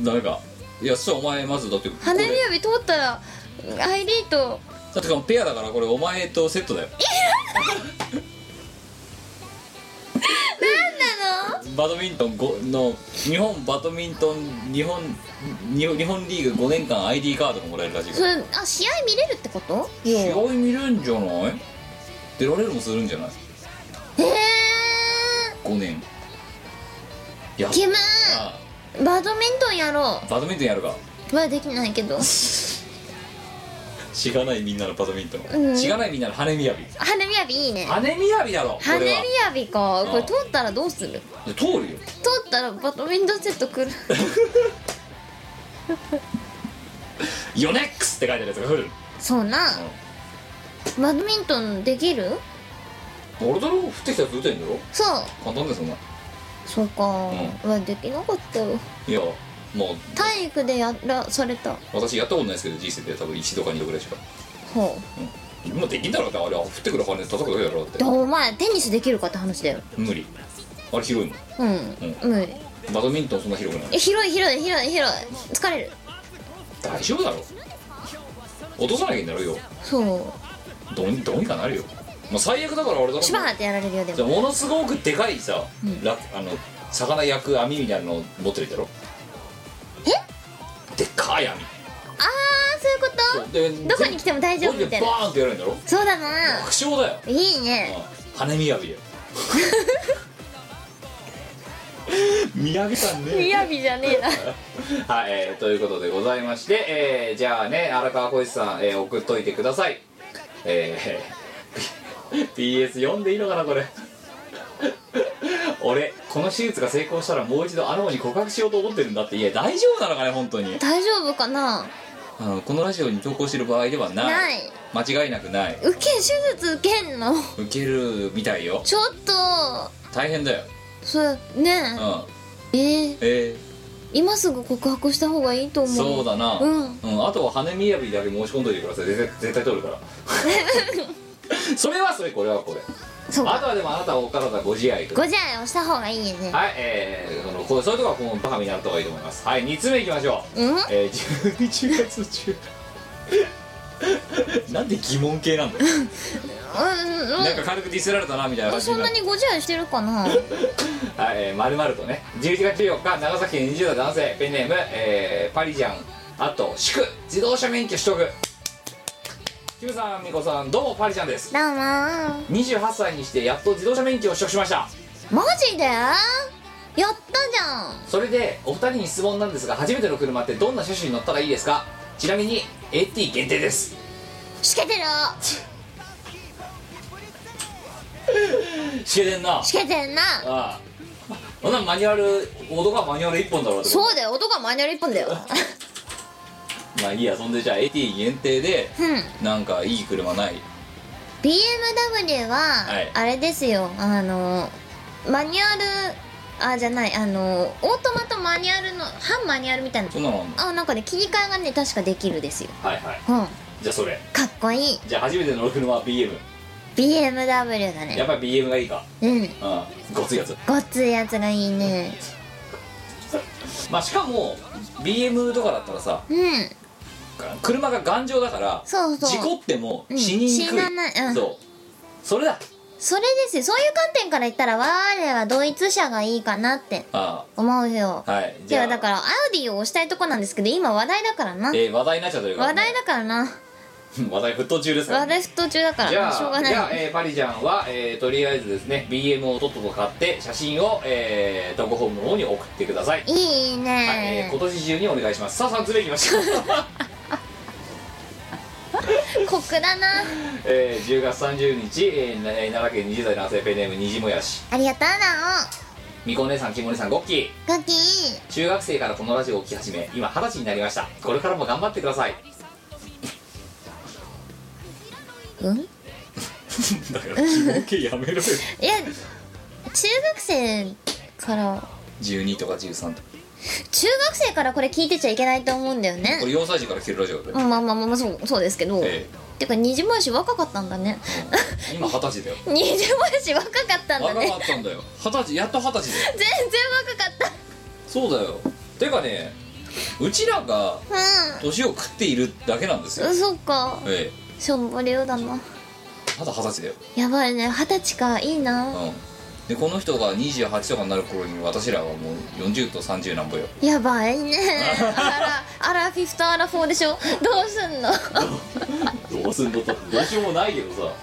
S1: 誰かいやそしたらお前まずだってこ
S2: 羽
S1: れ
S2: びやび通ったら ID と
S1: だってこのペアだからこれお前とセットだよ
S2: なの
S1: バドミントンごの日本バドミントン日本日本日本リーグ5年間 ID カードがもらえるらしい
S2: そ
S1: から
S2: れあ試合見れるってこと
S1: 試合見れんじゃない出られるもするんじゃない
S2: えー、
S1: 5年やっ
S2: キム
S1: あ
S2: バドミントンやろ
S1: バドミントンやるか
S2: うはできないけど
S1: しがないみんなのバドミント
S2: うん
S1: ンしがないみんなの羽みやび
S2: 羽びやびいいね
S1: 羽みやびだろこ
S2: 羽び
S1: れ
S2: や
S1: は
S2: びか
S1: うん
S2: これ通ったらどうする
S1: いや通るよ
S2: 通ったらバドミントンセット来る
S1: ヨネックスって書いてあるやつが来る
S2: そうなバドミントンできる
S1: 俺だろ降ってきたやつ打てんだろ
S2: そう
S1: 簡単ですよお前
S2: そうか
S1: ん
S2: はできなかったよ
S1: いやもう
S2: 体育でやらされた
S1: 私やったことないですけど人生で多分一度か二度ぐらいしか
S2: ほ
S1: 今できんだろうってあれ降ってくる羽根叩くだけだろうっ
S2: うで
S1: て
S2: お前テニスできるかって話だよ
S1: 無理あれ広いもん
S2: うん、
S1: う
S2: 無理
S1: バドミントンそんな広くない
S2: え広い広い広い広い疲れる
S1: 大丈夫だろ落とさなきゃいいんだろよ
S2: そ
S1: どうにどうにかなるよ、まあ、最悪だから俺だろ
S2: うシュバーってやられるよで
S1: じゃ
S2: も
S1: あものすごくでかいさ、ラあの魚焼く網みたいなの持ってるだろえでっかい網
S2: ああそういうこ
S1: で
S2: とどこに来ても大丈夫みたいな
S1: こうやってバーンってやるんだろ
S2: そうだな
S1: 苦笑だよ、
S2: いいね
S1: うん、羽見や びだよみやびさんね
S2: みやびじゃねえな
S1: はい、えーということでございまして、えーじゃあね荒川浩一さん、えー送っといてくださいえー、PS 読んでいいのかなこれ 俺この手術が成功したらもう一度あの子に告白しようと思ってるんだっていや大丈夫なのかね本当に
S2: 大丈夫かな
S1: あのこのラジオに投稿してる場合ではない
S2: ない
S1: 間違いなくない
S2: 受け手術受けんの
S1: 受けるみたいよ
S2: ちょっと
S1: 大変だよ
S2: そうね
S1: うん
S2: ええー
S1: え
S2: 今すぐ告白した方がいいと
S1: ー、
S2: 思
S1: そ
S2: う
S1: うだな
S2: うん
S1: あとは羽みやびだけ申し込んどいてください絶対絶対取るから それはそれこれはこれ
S2: そう
S1: あ
S2: か
S1: とはでもあなたはお体ご自愛と
S2: ご自愛をした方がいいよね
S1: はいえー、そのこうそういうとこはこうバカになった方がいいと思いますはい2つ目いきましょう、
S2: うん
S1: えー、11月中 なんで疑問系なんだよ
S2: うんうん
S1: なんか軽くディスられたなみたいな
S2: うん
S1: 感じ
S2: そん
S1: にな
S2: な
S1: る
S2: にご自愛してるかな
S1: はい、えー、まるまるとね11月14日長崎県20代男性ペンネーム、えーパリジャンあと祝自動車免許取得キムさんミコさんどうもパリジャンです
S2: だよな
S1: 28歳にしてやっと自動車免許を取得しました
S2: マジでやったじゃん
S1: それでお二人に質問なんですが初めての車ってどんな車種に乗ったらいいですかちなみに AT 限定です
S2: しけてる
S1: しけてんな
S2: しけてんな
S1: ああこんなんマニュアル男はマニュアル1本だろうってこと
S2: そうだよ音がマニュアル一 本だよ
S1: まあいいやそんでじゃあ AT 限定で
S2: うん
S1: なんかいい車ないは
S2: BMW
S1: い
S2: はあれですよ、あのマニュアルあじゃないあのオートマとマニュアルの半マニュアルみたいな
S1: そんなのあんの
S2: あなんかね切り替えがね確かできるですよ
S1: はいはい
S2: うん
S1: じゃあそれ
S2: かっこいい
S1: じゃあ初めて乗る車は BM
S2: BMW だね
S1: やっぱり BM がいいか
S2: うん
S1: うんごついやつ
S2: ごっついやつがいいね
S1: まあしかも BM とかだったらさ
S2: うん
S1: 車が頑丈だから
S2: そうそう
S1: 事故っても
S2: うん
S1: 死ににくい、
S2: 死なないうん
S1: そうそれだ
S2: それですよそういう観点から言ったら我はドイツ車がいいかなって
S1: あ
S2: 思うよ
S1: あはい
S2: いやだからアウディを押したいとこなんですけど今話題だからな
S1: えー話題になっちゃってるから
S2: 話
S1: ね、
S2: 題だからな
S1: 話題沸騰中ですから
S2: 話題沸騰中だか
S1: じゃ
S2: ら
S1: あ
S2: しょうが
S1: じゃあ、
S2: ない
S1: えーパリジャンは、えーとりあえずですね BM をとっとと買って写真を、えー、ドコホームの方に送ってください、
S2: い
S1: はいえ
S2: い
S1: ー
S2: ね
S1: 今年中にお願いしますさあ3つ目いき ましょう、
S2: 酷だな
S1: えー10月30日、えーなえー奈良県20代男性ペンネームにじもやし
S2: ありがとうな
S1: みこお姉さんきもお姉さんごっきー
S2: おガキ
S1: 中学生からこのラジオを聞き始め今二十歳になりましたこれからも頑張ってください
S2: うんい
S1: だから自分系やめろよ
S2: や中学生から
S1: 12とか13とか
S2: 中学生からこれ聞いてちゃいけないと思うんだよね
S1: これ4歳児から聞けるラジオだよ、
S2: まあまあまあそうそうですけど、
S1: え
S2: てか虹もやし若かったんだね
S1: え今二十歳だよ
S2: 虹もやし若かったんだ
S1: 若
S2: ね
S1: かったんだよ二十歳やっと二十歳だよ
S2: 全然若かった
S1: そうだよてかねうちらが年を食っているだけなんですよ
S2: うん、そっか
S1: ええ
S2: しょんぼりようだな
S1: まだ二十歳だよ、
S2: やばいね二十歳かいい
S1: う
S2: な
S1: ん、でこの人が28とかになる頃に私らはもう40と30なんぼよ
S2: やばいねあ らあらフィフとあらフォーでしょどうすんの
S1: どうすんのとどうしようもないけどさ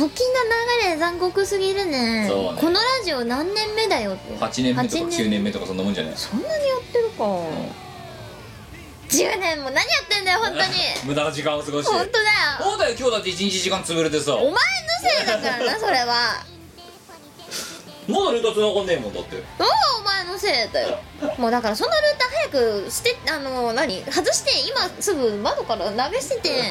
S2: 時の流れ残酷すぎるね
S1: そうね
S2: このラジオ何年目だよって
S1: 8年目とか
S2: 八
S1: 9年目とかそんなもんじゃない
S2: そんなにやってるか、10年も何やってんだよ 本当に
S1: 無駄な時間を過ごして
S2: 本当だよ
S1: そうだよ今日だって1日時間潰れてさ
S2: お前のせいだから なそれは
S1: まだルート繋がんねえもんだって
S2: どうお前のせいだよもうだからそのルーター早くしてあの何外して今すぐ窓から投げ捨てて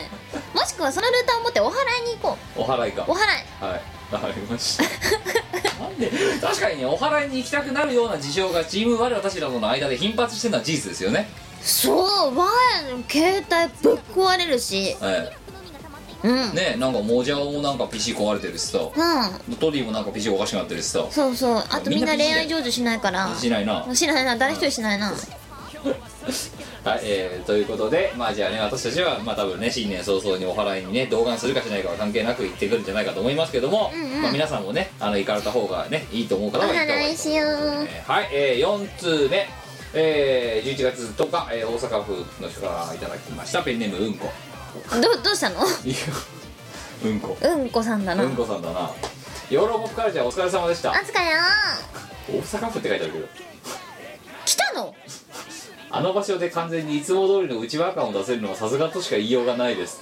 S2: もししくはそのルーターを持ってお祓いに行こ
S1: お払いか
S2: うお祓い
S1: はいわかりました なんで確かにねお払いに行きたくなるような事情がチーム我私らとの間で頻発してるのは事実ですよね、
S2: そう我の携帯ぶっ壊れるし
S1: え
S2: うん
S1: え、ねなんかモジャオもなんか PC 壊れてるしさ
S2: うん
S1: トリーもなんか PC おかしくなってるしさ
S2: そうそうあとみんな恋愛成就しないから
S1: しないな
S2: しないな誰一人しないな
S1: はい、えーということで、まあじゃあね、私たちは、まあ多分ね、新年早々にお祓いにね、動願するかしないかは関係なく行ってくるんじゃないかと思いますけども、
S2: うんうん
S1: まあ皆さんもね、あの、行かれた方がね、いいと思う方は行った方がいいと思います
S2: お祓いしよう
S1: えーはい、えー、4通目、えー、11月10日、えー大阪府の人からいただきました、ペンネームうんこ。
S2: どどうしたの
S1: いやうんこ。
S2: うんこさんだな
S1: う
S2: あ
S1: んこさんだな。ヨーロッパカルチャーお疲れ様でした。
S2: つかよ
S1: 大阪府って書いてあるけど。
S2: 来たの
S1: あの場所で完全にいつも通りの内輪感を出せるのはさすがとしか言いようがないです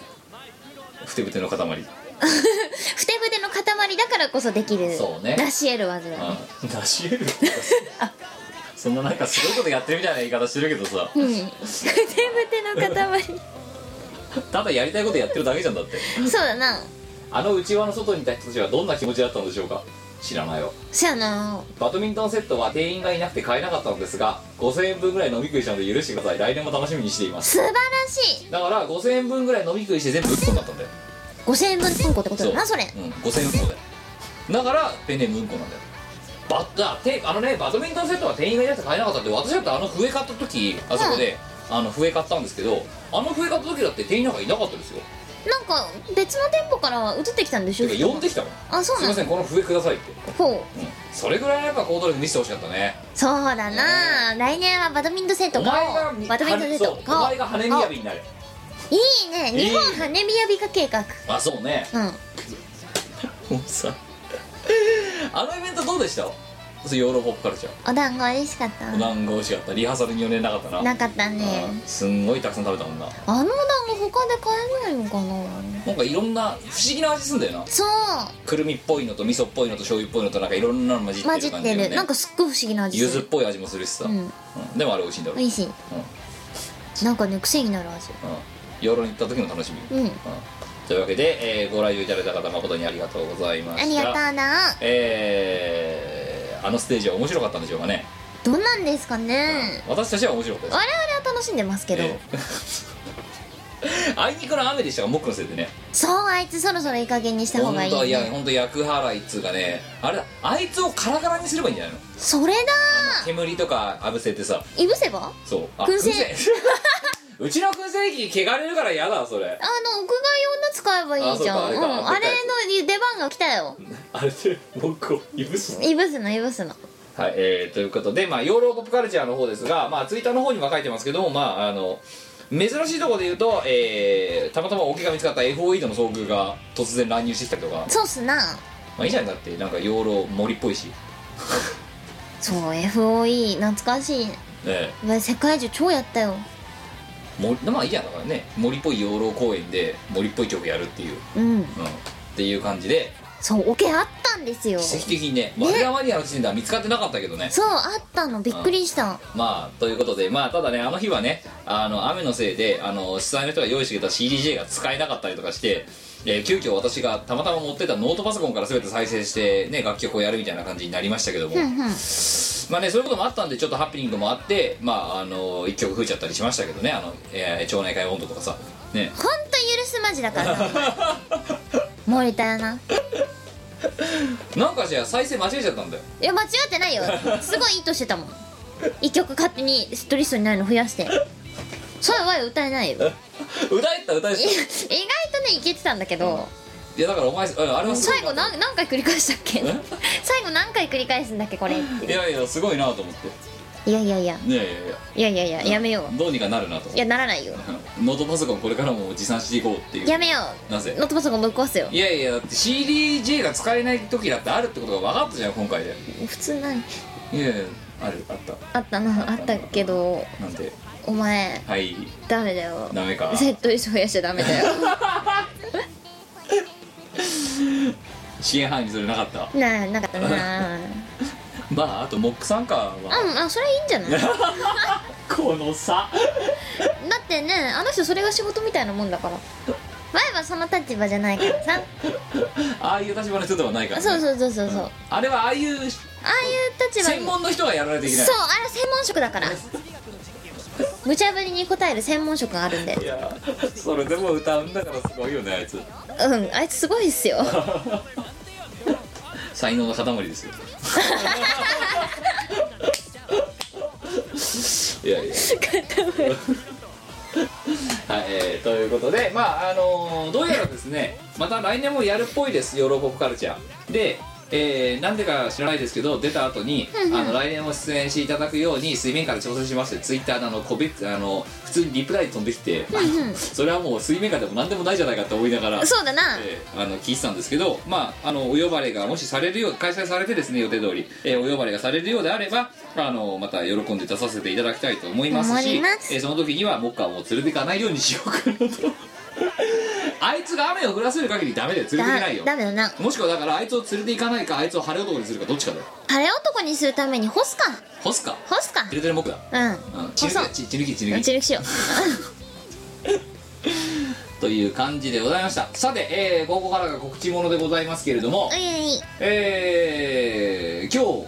S1: ふてぶての塊
S2: ふてぶての塊だからこそできる
S1: そうね
S2: 出し得る技だね
S1: うん出し得るそんななんかすごいことやってるみたいな言い方してるけどさ
S2: うんふてぶての塊
S1: ただやりたいことやってるだけじゃんだって
S2: そうだな
S1: あの内輪の外にいた人たちはどんな気持ちだったのでしょうか知らないよ
S2: そやな
S1: バドミントンセットは店員がいなくて買えなかったのですが5000円分ぐらい飲み食いしたので許してください来年も楽しみにしています
S2: 素晴らしい
S1: だから5000円分ぐらい飲み食いして全部ぶっこになったんだよ
S2: 5000円分金庫ってことだな
S1: そ
S2: そうれ
S1: うん、5000うんこだよだからペンネームうんこなんだよバッあてあのねバドミントンセットは店員がいなくて買えなかったって私だってあの笛買った時あそこで、あの笛買ったんですけどあの笛買った時だって店員なんかいなかったですよ
S2: なんか別の店舗から移ってきたんでしてょ
S1: か呼んできたもん
S2: あそう
S1: すいま
S2: なの
S1: せんこの笛くださいって、
S2: ほう
S1: うん、それぐらいやっぱ行動力見せてほしかったね
S2: そうだな来年はバドミントンセッ
S1: お
S2: ト買
S1: 前が
S2: おうバドミントンセット
S1: そうお前
S2: 買
S1: が羽雅になれ
S2: おういいね
S1: いい
S2: 日本羽根びやび化計画
S1: あそうね
S2: うん
S1: もうさ あのイベントどうでしたそうヨーロッパカルチャ
S2: お団子美味しかった
S1: ーお団子美味しかったリハーサルに4年なかったな
S2: なかったね
S1: うんすんごいたくさん食べたもんな
S2: あのお団子他で買えないのかな
S1: なんかいろんな不思議な味すんだよな
S2: そう
S1: くるみっぽいのと味噌っぽいのと醤油っぽいのとなんかいろんなの混じって
S2: 混じ
S1: る
S2: っ
S1: 感
S2: て
S1: じ
S2: る
S1: で、
S2: なん
S1: ね
S2: か、すっごい不思議な味
S1: 柚
S2: す
S1: 子っ
S2: る
S1: ぽい味もするしさ、
S2: う
S1: うん
S2: ん
S1: でもあれ美味しいんだろう、
S2: 美味しいなんかね癖になる味
S1: うん、養老に行った時の楽しみ、うん
S2: うん
S1: というわけで、えーご来場いただいた方誠にありがとうございました
S2: ありがとうな
S1: えーあのステージは面白かったんでしょうかね、
S2: どうなんですかね
S1: 私たちは面白かったです
S2: 我々は楽しんでますけど
S1: えー あいにくの雨でしたが僕のせいでね
S2: そうあいつそろそろいい加減にした方が
S1: 本
S2: い
S1: 当はいや
S2: ね
S1: 本当役払いっつうかねあれだあいつをカラカラにすればいいんじゃないの
S2: それだ
S1: 煙とかあぶせてさ
S2: いぶせば
S1: そうあ
S2: 燻製
S1: 製 うちの燻製機汚れるから嫌だそれ
S2: あの屋外用の使えばいいじゃ
S1: あそ
S2: ん
S1: ううんかあれか
S2: あれの出番が来たよ
S1: あれで僕をいぶす
S2: いぶすのいぶすの
S1: はいえー、ということでまあヨーロッパカルチャーの方ですがまあツイッターの方には書いてますけどもまああの珍しいところで言うと、えーたまたま桶が見つかった FOE との遭遇が突然乱入してきたりとか
S2: そうっすな
S1: まあいいじゃんだってなんか養老森っぽいし
S2: そう FOE 懐かしい
S1: え
S2: うわ世界中超やったよ
S1: え森まあいいやんだからね森っぽい養老公園で森っぽい曲やるっていう、
S2: うん
S1: うん、っていう感じで
S2: そうオケあったんですよ
S1: 奇跡的にねマリアマニアの時点では見つかってなかったけどね
S2: そうあったのびっくりした
S1: まあということでまあただねあの日はねあの雨のせいであの主催の人が用意してくれた CDJ が使えなかったりとかして、えー急遽私がたまたま持ってたノートパソコンから全て再生してね楽曲をやるみたいな感じになりましたけども、
S2: うんうん
S1: まあねそういうこともあったんでちょっとハプニングもあってまああの一曲吹いちゃったりしましたけどねあの、えー町内会温度とかさ ね
S2: ほんと許すまじだからなお前森田やな
S1: なんかじゃあ再生間違えちゃったんだよ
S2: いや間違ってないよすごいいいとしてたもん一曲勝手にセットリストにないの増やしてそれは歌えないよい
S1: 歌えた歌えた
S2: 意外とねいけてたんだけど、
S1: いやだからお前あれはすごい
S2: 最
S1: な
S2: 後何何回繰り返したっけ
S1: え
S2: 最後何回繰り返すんだっけこれ
S1: いやいやすごいなと思って
S2: いやいやいや
S1: ねえいやいや
S2: いやいやいややめよ
S1: どうにかなるなと
S2: ういやならないよ
S1: ノートパソコンこれからも持参していこうっていう
S2: やめよ
S1: なぜ
S2: うノートパソコンぶっ壊すよ
S1: いやいやだって CDJ が使えない時だってあるってことが分かったじゃん今回で
S2: 普通ない
S1: いやいやあるあった
S2: あったなあったけど
S1: なんで
S2: お前
S1: はい
S2: ダメだよ
S1: ダメか
S2: セットリスト増やしちゃダメだよ
S1: 支援範囲にそれなかった
S2: ななかったなうん
S1: まああとモックさんかは
S2: あそれいい んじゃないだ
S1: この差
S2: ってねあの人それが仕事みたいなもんだからワイはその立場じゃないからさ
S1: ああいう立場の人ではないから、ね、
S2: そうそうそうそうそうあ
S1: あれはああいう
S2: あいう立場に
S1: 専門の人がやらないといけない
S2: そうあれ専門職だから無茶ぶりに答える専門職があるんで
S1: いやそれでも歌うんだからすごいよねあいつ
S2: うんあいつすごいっ すよ
S1: 才能の塊です よいやいやはい、えーということでまああのーどうやらですねまた来年もやるっぽいですヨーロポップカルチャーでえーなんでか知らないですけど出た後にあの来年も出演していただくように水面下で調整しますってツイッターのあの個別あの普通にリプライで飛んできて、 それはもう水面下でも何でもないじゃないかって思いながら
S2: そうだな
S1: えーあの聞いてたんですけど、まあ、あのお呼ばれがもしされるよう開催されてですね予定通り、えーお呼ばれがされるようであればあのまた喜んで出させていただきたいと思います
S2: 思
S1: し
S2: います
S1: えーその時にはモッカーをもう連れていかないようにしようかなと あいつが雨を降らせる限りダメだよ連れていけないよ
S2: だだめだな
S1: もしくはだからあいつを連れていかないかあいつを晴れ男にするかどっちかだよ
S2: 晴れ男にするために干すか
S1: 干すか
S2: 干すか
S1: てるてるモックだ
S2: う
S1: うん血抜きだ血血抜き血
S2: ん
S1: 抜
S2: う
S1: き
S2: ち抜きしよう
S1: という感じでございましたさて、えーここからが告知ものでございますけれども、
S2: うい
S1: えー今日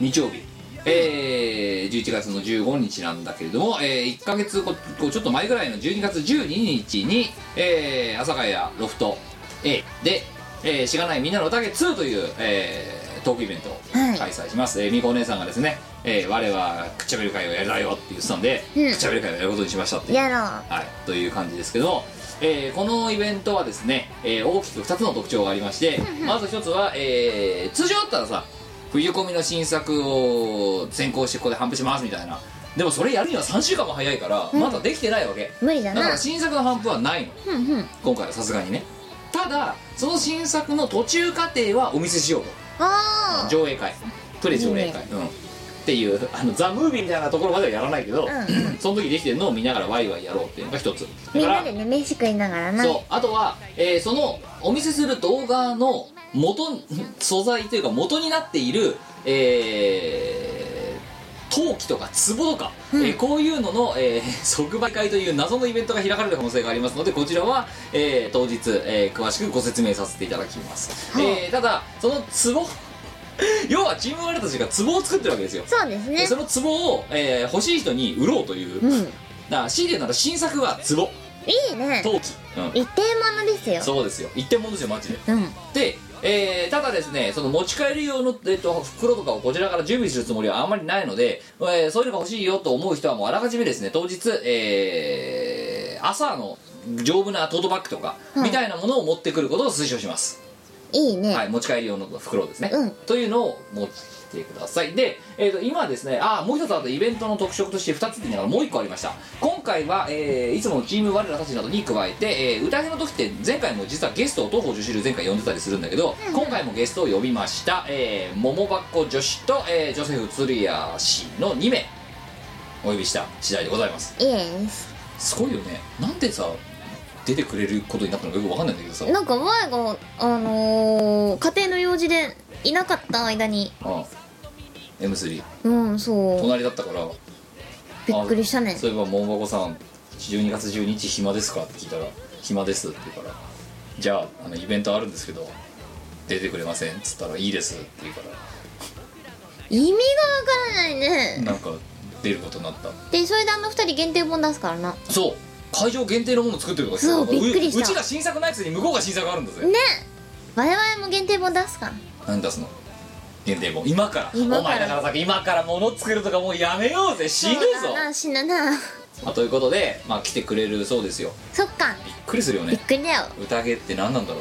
S1: 日曜日えー11月の15日なんだけれども、え1ヶ月ここうちょっと前ぐらいの12月12日に、えー、阿佐ヶ谷ロフト A で、えーしがないみんなの宴2という、えートークイベントを
S2: はい
S1: 開催します、えーみこお姉さんがですね、えー我はくっちゃべる会をやるだよって言ってたんで、
S2: う
S1: く
S2: ん
S1: っちゃべる会をやることにしましたっていう
S2: やろ
S1: はい、という感じですけども、えーこのイベントはですね、えー大きく2つの特徴がありましてまず1つは、えー通常だったらさ冬込みの新作を先行してここで販布しますみたいなでもそれやるには3週間も早いからまだできてないわけ、
S2: う無理だ
S1: だか
S2: な
S1: ら新作の販布はないの
S2: うんうん
S1: 今回はさすがにねただその新作の途中過程はお見せしようと
S2: あ
S1: 上映会プレ上映会、うん、っていうあのザ・ムービーみたいなところまではやらないけど、
S2: う
S1: その時できてるのを見ながらワイワイやろうっていうのが一つだ
S2: みん
S1: か
S2: な
S1: ら
S2: でね飯食いながらな
S1: そうあとは、えーそのお見せする動画の元素材というか元になっているえー陶器とか壺とか、えーこういうのの、えー 即売会という謎のイベントが開かれる可能性がありますのでこちらは、えー当日、えー詳しくご説明させていただきます、えーただその壺 要はチーム我たちが壺を作ってるわけですよ
S2: そうです
S1: で
S2: ね
S1: その壺を、えー欲しい人に売ろうという、
S2: うん
S1: だから強いて言うなら新作は壺
S2: いいね
S1: 陶器、うん
S2: 一定ものですよ
S1: そうですよ一点物ですよマジで
S2: うん
S1: で、えーただですねその持ち帰り用の、えっと袋とかをこちらから準備するつもりはあんまりないので、えーそういうのが欲しいよと思う人はもうあらかじめですね当日、えー朝の丈夫なトートバッグとか、みたいなものを持ってくることを推奨します
S2: いいね、
S1: はい、持ち帰り用の袋ですね、
S2: うん
S1: というのを持ってくださいで、えー、と今はですねあーもう一つあとイベントの特色として2つって言いながらもう一個ありました今回は、えーいつものチーム我らたちなどに加えて、えー、歌編の時って前回も実はゲストを東方女子流前回呼んでたりするんだけど、今回もゲストを呼びました、えー、桃箱女子と、えージョセフ鶴谷氏の2名お呼びした次第でございます
S2: イエス
S1: すごいよねなんでさ出てくれることになったのかよくわかんないんだけどさ
S2: なんか前があのー家庭の用事でいなかった間に
S1: あー M3
S2: うんそう
S1: 隣だったから
S2: びっくりしたね
S1: そういえば桃箱さん12月12日暇ですかって聞いたら「暇です」って言うから「じゃああのイベントあるんですけど出てくれません」っつったら「いいです」って言うか
S2: 意味がわからないね
S1: らなんか出ることになった
S2: でそれであの二人限定本出すからな
S1: そう会場限定のもの作ってるとか
S2: そうびっくりした
S1: ううちが新作ないやつに向こうが新作あるんだぜ、
S2: ね我々も限定本出すから
S1: 何出すの限定本今から
S2: 今から
S1: お前だからさ今から物作るとかもうやめようぜ死ぬぞ
S2: そうだな死ぬな
S1: まあ、ということで、まあ、来てくれるそうですよ
S2: そっか
S1: びっくりするよね
S2: びっくりだよ
S1: 宴って何なんだろ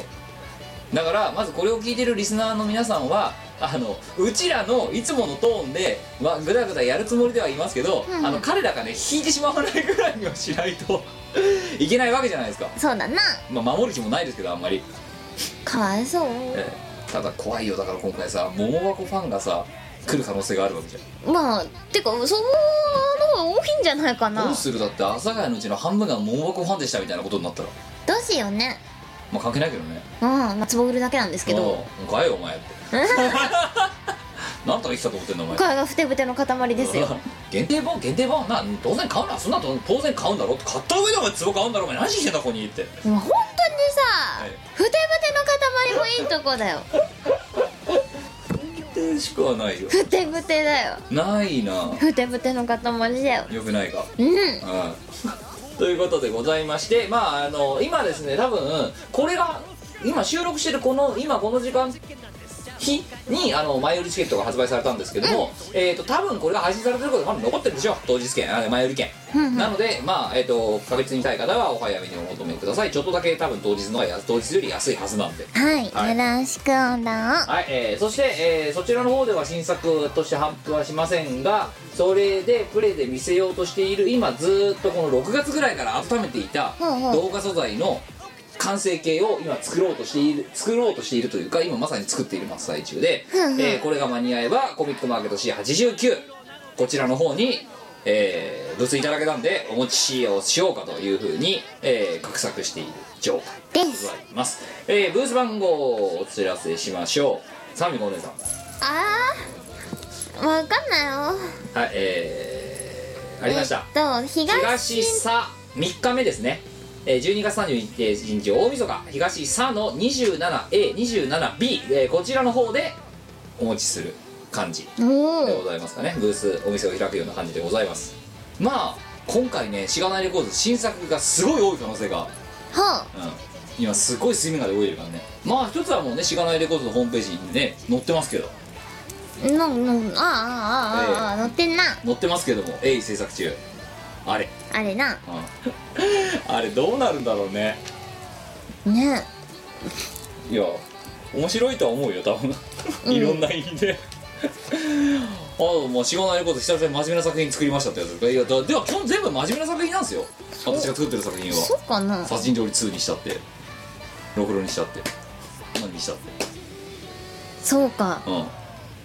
S1: うだからまずこれを聞いてるリスナーの皆さんはあのうちらのいつものトーンで、まあ、ぐだぐだやるつもりではいますけど、あの彼らがね引いてしまわないぐらいにはしないと いけないわけじゃないですか、
S2: そうだな
S1: まあ、守る気もないですけどあんまり、
S2: かわいそう
S1: ええただ怖いよだから今回さ桃箱ファンがさ来る可能性があるわけじゃ
S2: まあてかその方が多いんじゃないか
S1: んど
S2: な
S1: うするだって阿佐ヶ谷のうちの半分が桃箱ファンでしたみたいなことになったら
S2: どうしようね
S1: まあ関係ないけどね
S2: うんまあつぼ売るだけなんですけど
S1: うん買えよお前ってなんとか生きたと思ってんだお前
S2: これがふてぶての塊ですよ
S1: 限定本限定本な当然買うなそんなの当然買うんだろって買った上でお前壺買うんだろお前何してんだここにって
S2: もう本当
S8: いいとこだよ
S1: 定しくはないよ
S8: ふてぶてだよ
S1: ないな
S8: ふてぶての塊だよ
S1: よくないか
S8: うん
S1: うんということでございましてまああの今ですね多分これが今収録してるこの今この時間日にあの前売りチケットが発売されたんですけども、えー、と多分これが配信されてることまだ残ってるでしょう当日券あ前売り券、なのでまあえっ、と確実に見たい方はお早めにお求めくださいちょっとだけ多分当日のがや当日より安いはずなんで
S2: はい、
S1: はい
S2: よろしくお願い
S1: はい、えーそして、えーそちらの方では新作として発布はしませんがそれでプレイで見せようとしている今ずーっとこの6月ぐらいから温めていた
S2: うんうん
S1: 動画素材の完成形を今作ろうとしている作ろうとしているというか今まさに作っている真っ最中で、えーこれが間に合えばコミックマーケット C89 こちらの方に、えー、物いただけたんでお持ちしようしようかというふうに、えー、画策している状態でございます、えーブース番号をお知らせしましょう三味五年さん
S2: あーわかんないよ
S1: はいえー、ありました
S2: えっと東
S1: 東佐3日目ですねえー12月31日大晦日東佐の 27A27B、えーこちらの方でお持ちする感じ
S2: お
S1: でご
S2: お
S1: ざいますかねブースお店を開くような感じでございますまあ今回ねしがないレコード新作がすごい多い可能性が、
S2: は
S1: うん、今すごい水面下で動いてるからねまあ一つはもうねしがないレコードのホームページにね載ってますけど
S2: あののあーあーあーあー、乗ってんな
S1: 載ってますけども鋭意制作中あれ、
S2: あれ
S1: う
S2: な
S1: んあれどうなるんだろうね
S2: ね
S1: いや面白いとは思うよ多分いろんな意味で、ああもうしがないレコード久々に真面目な作品作りましたってやついやだでは基本全部真面目な作品なんですよ私が作ってる作品は
S2: そうかな
S1: 殺人料理2にしたってろくろにしたって何にしたって
S2: そうか
S1: うん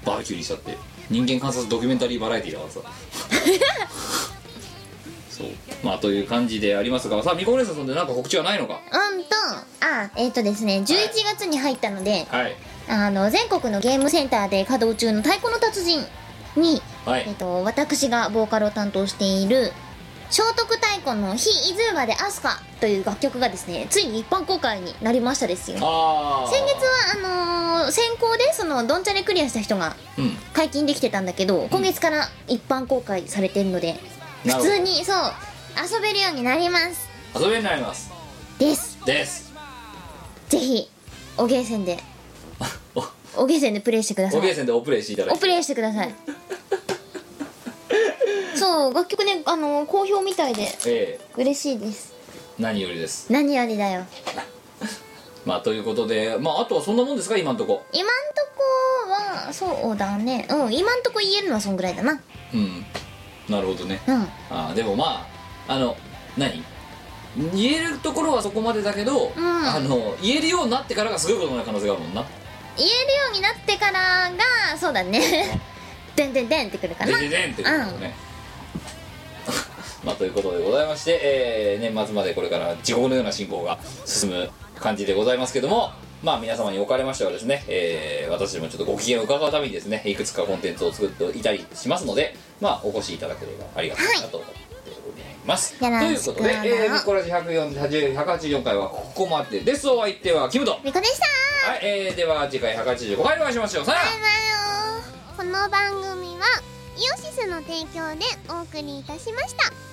S1: バーベキューにしたって人間観察ドキュメンタリーバラエティーだ からさそうまあという感じでありますがさあみこお姉さんそんでなんか告知はないのか
S2: うんとあえっ、とですね11月に入ったので、
S1: はい
S2: あの全国のゲームセンターで稼働中の「太鼓の達人に」
S1: はい
S2: えっと私がボーカルを担当している「聖徳太鼓の非イズーバでアスカ」という楽曲がですねついに一般公開になりましたですよ
S1: ああ
S2: 先月はあのー先行でそのドンチャレクリアした人が
S1: うん
S2: 解禁できてたんだけど今月から一般公開されてるので
S1: なる
S2: 普通にそう遊べるようになります
S1: ほど遊びになります
S2: です
S1: です
S2: ぜひおゲーセンで
S1: お
S2: おゲーセンでプレイしてくださ
S1: おげ
S2: い
S1: いせんでおプレイしていただ
S2: お
S1: い
S2: プ
S1: て
S2: レイしてくださいそう楽曲ねあのー好評みたいで
S1: え
S2: 嬉しいです
S1: え何よりです
S2: 何よりだよ
S1: まあということでまああとはそんなもんですか今んとこ
S2: 今んとこはそうだねうん今んとこ言えるのはそんぐらいだな
S1: うんなるほどね
S2: うん
S1: ああでもまああの何言えるところはそこまでだけど、
S2: ん
S1: あの言えるようになってからがすごいことになる可能性があるもんな
S2: 言えるようになってからがそうだね でんでんでんってくるか
S1: で
S2: な
S1: ででんってことだよね、まあということでございまして、えー年末までこれから地獄のような進行が進む感じでございますけどもまあ皆様におかれましてはですね、えー私もちょっとご機嫌を伺うためにですねいくつかコンテンツを作っていたりしますのでまあお越しいただければありがたいなと思っております、
S2: よろし
S1: という
S2: く
S1: ことで
S2: な、
S1: えー、ミコラジ140 184回はここまでですお相手はキムト、はい
S2: みこでした
S1: えーでは次回185回お会いしましょうさよなら
S2: この番組はイオシスの提供でお送りいたしました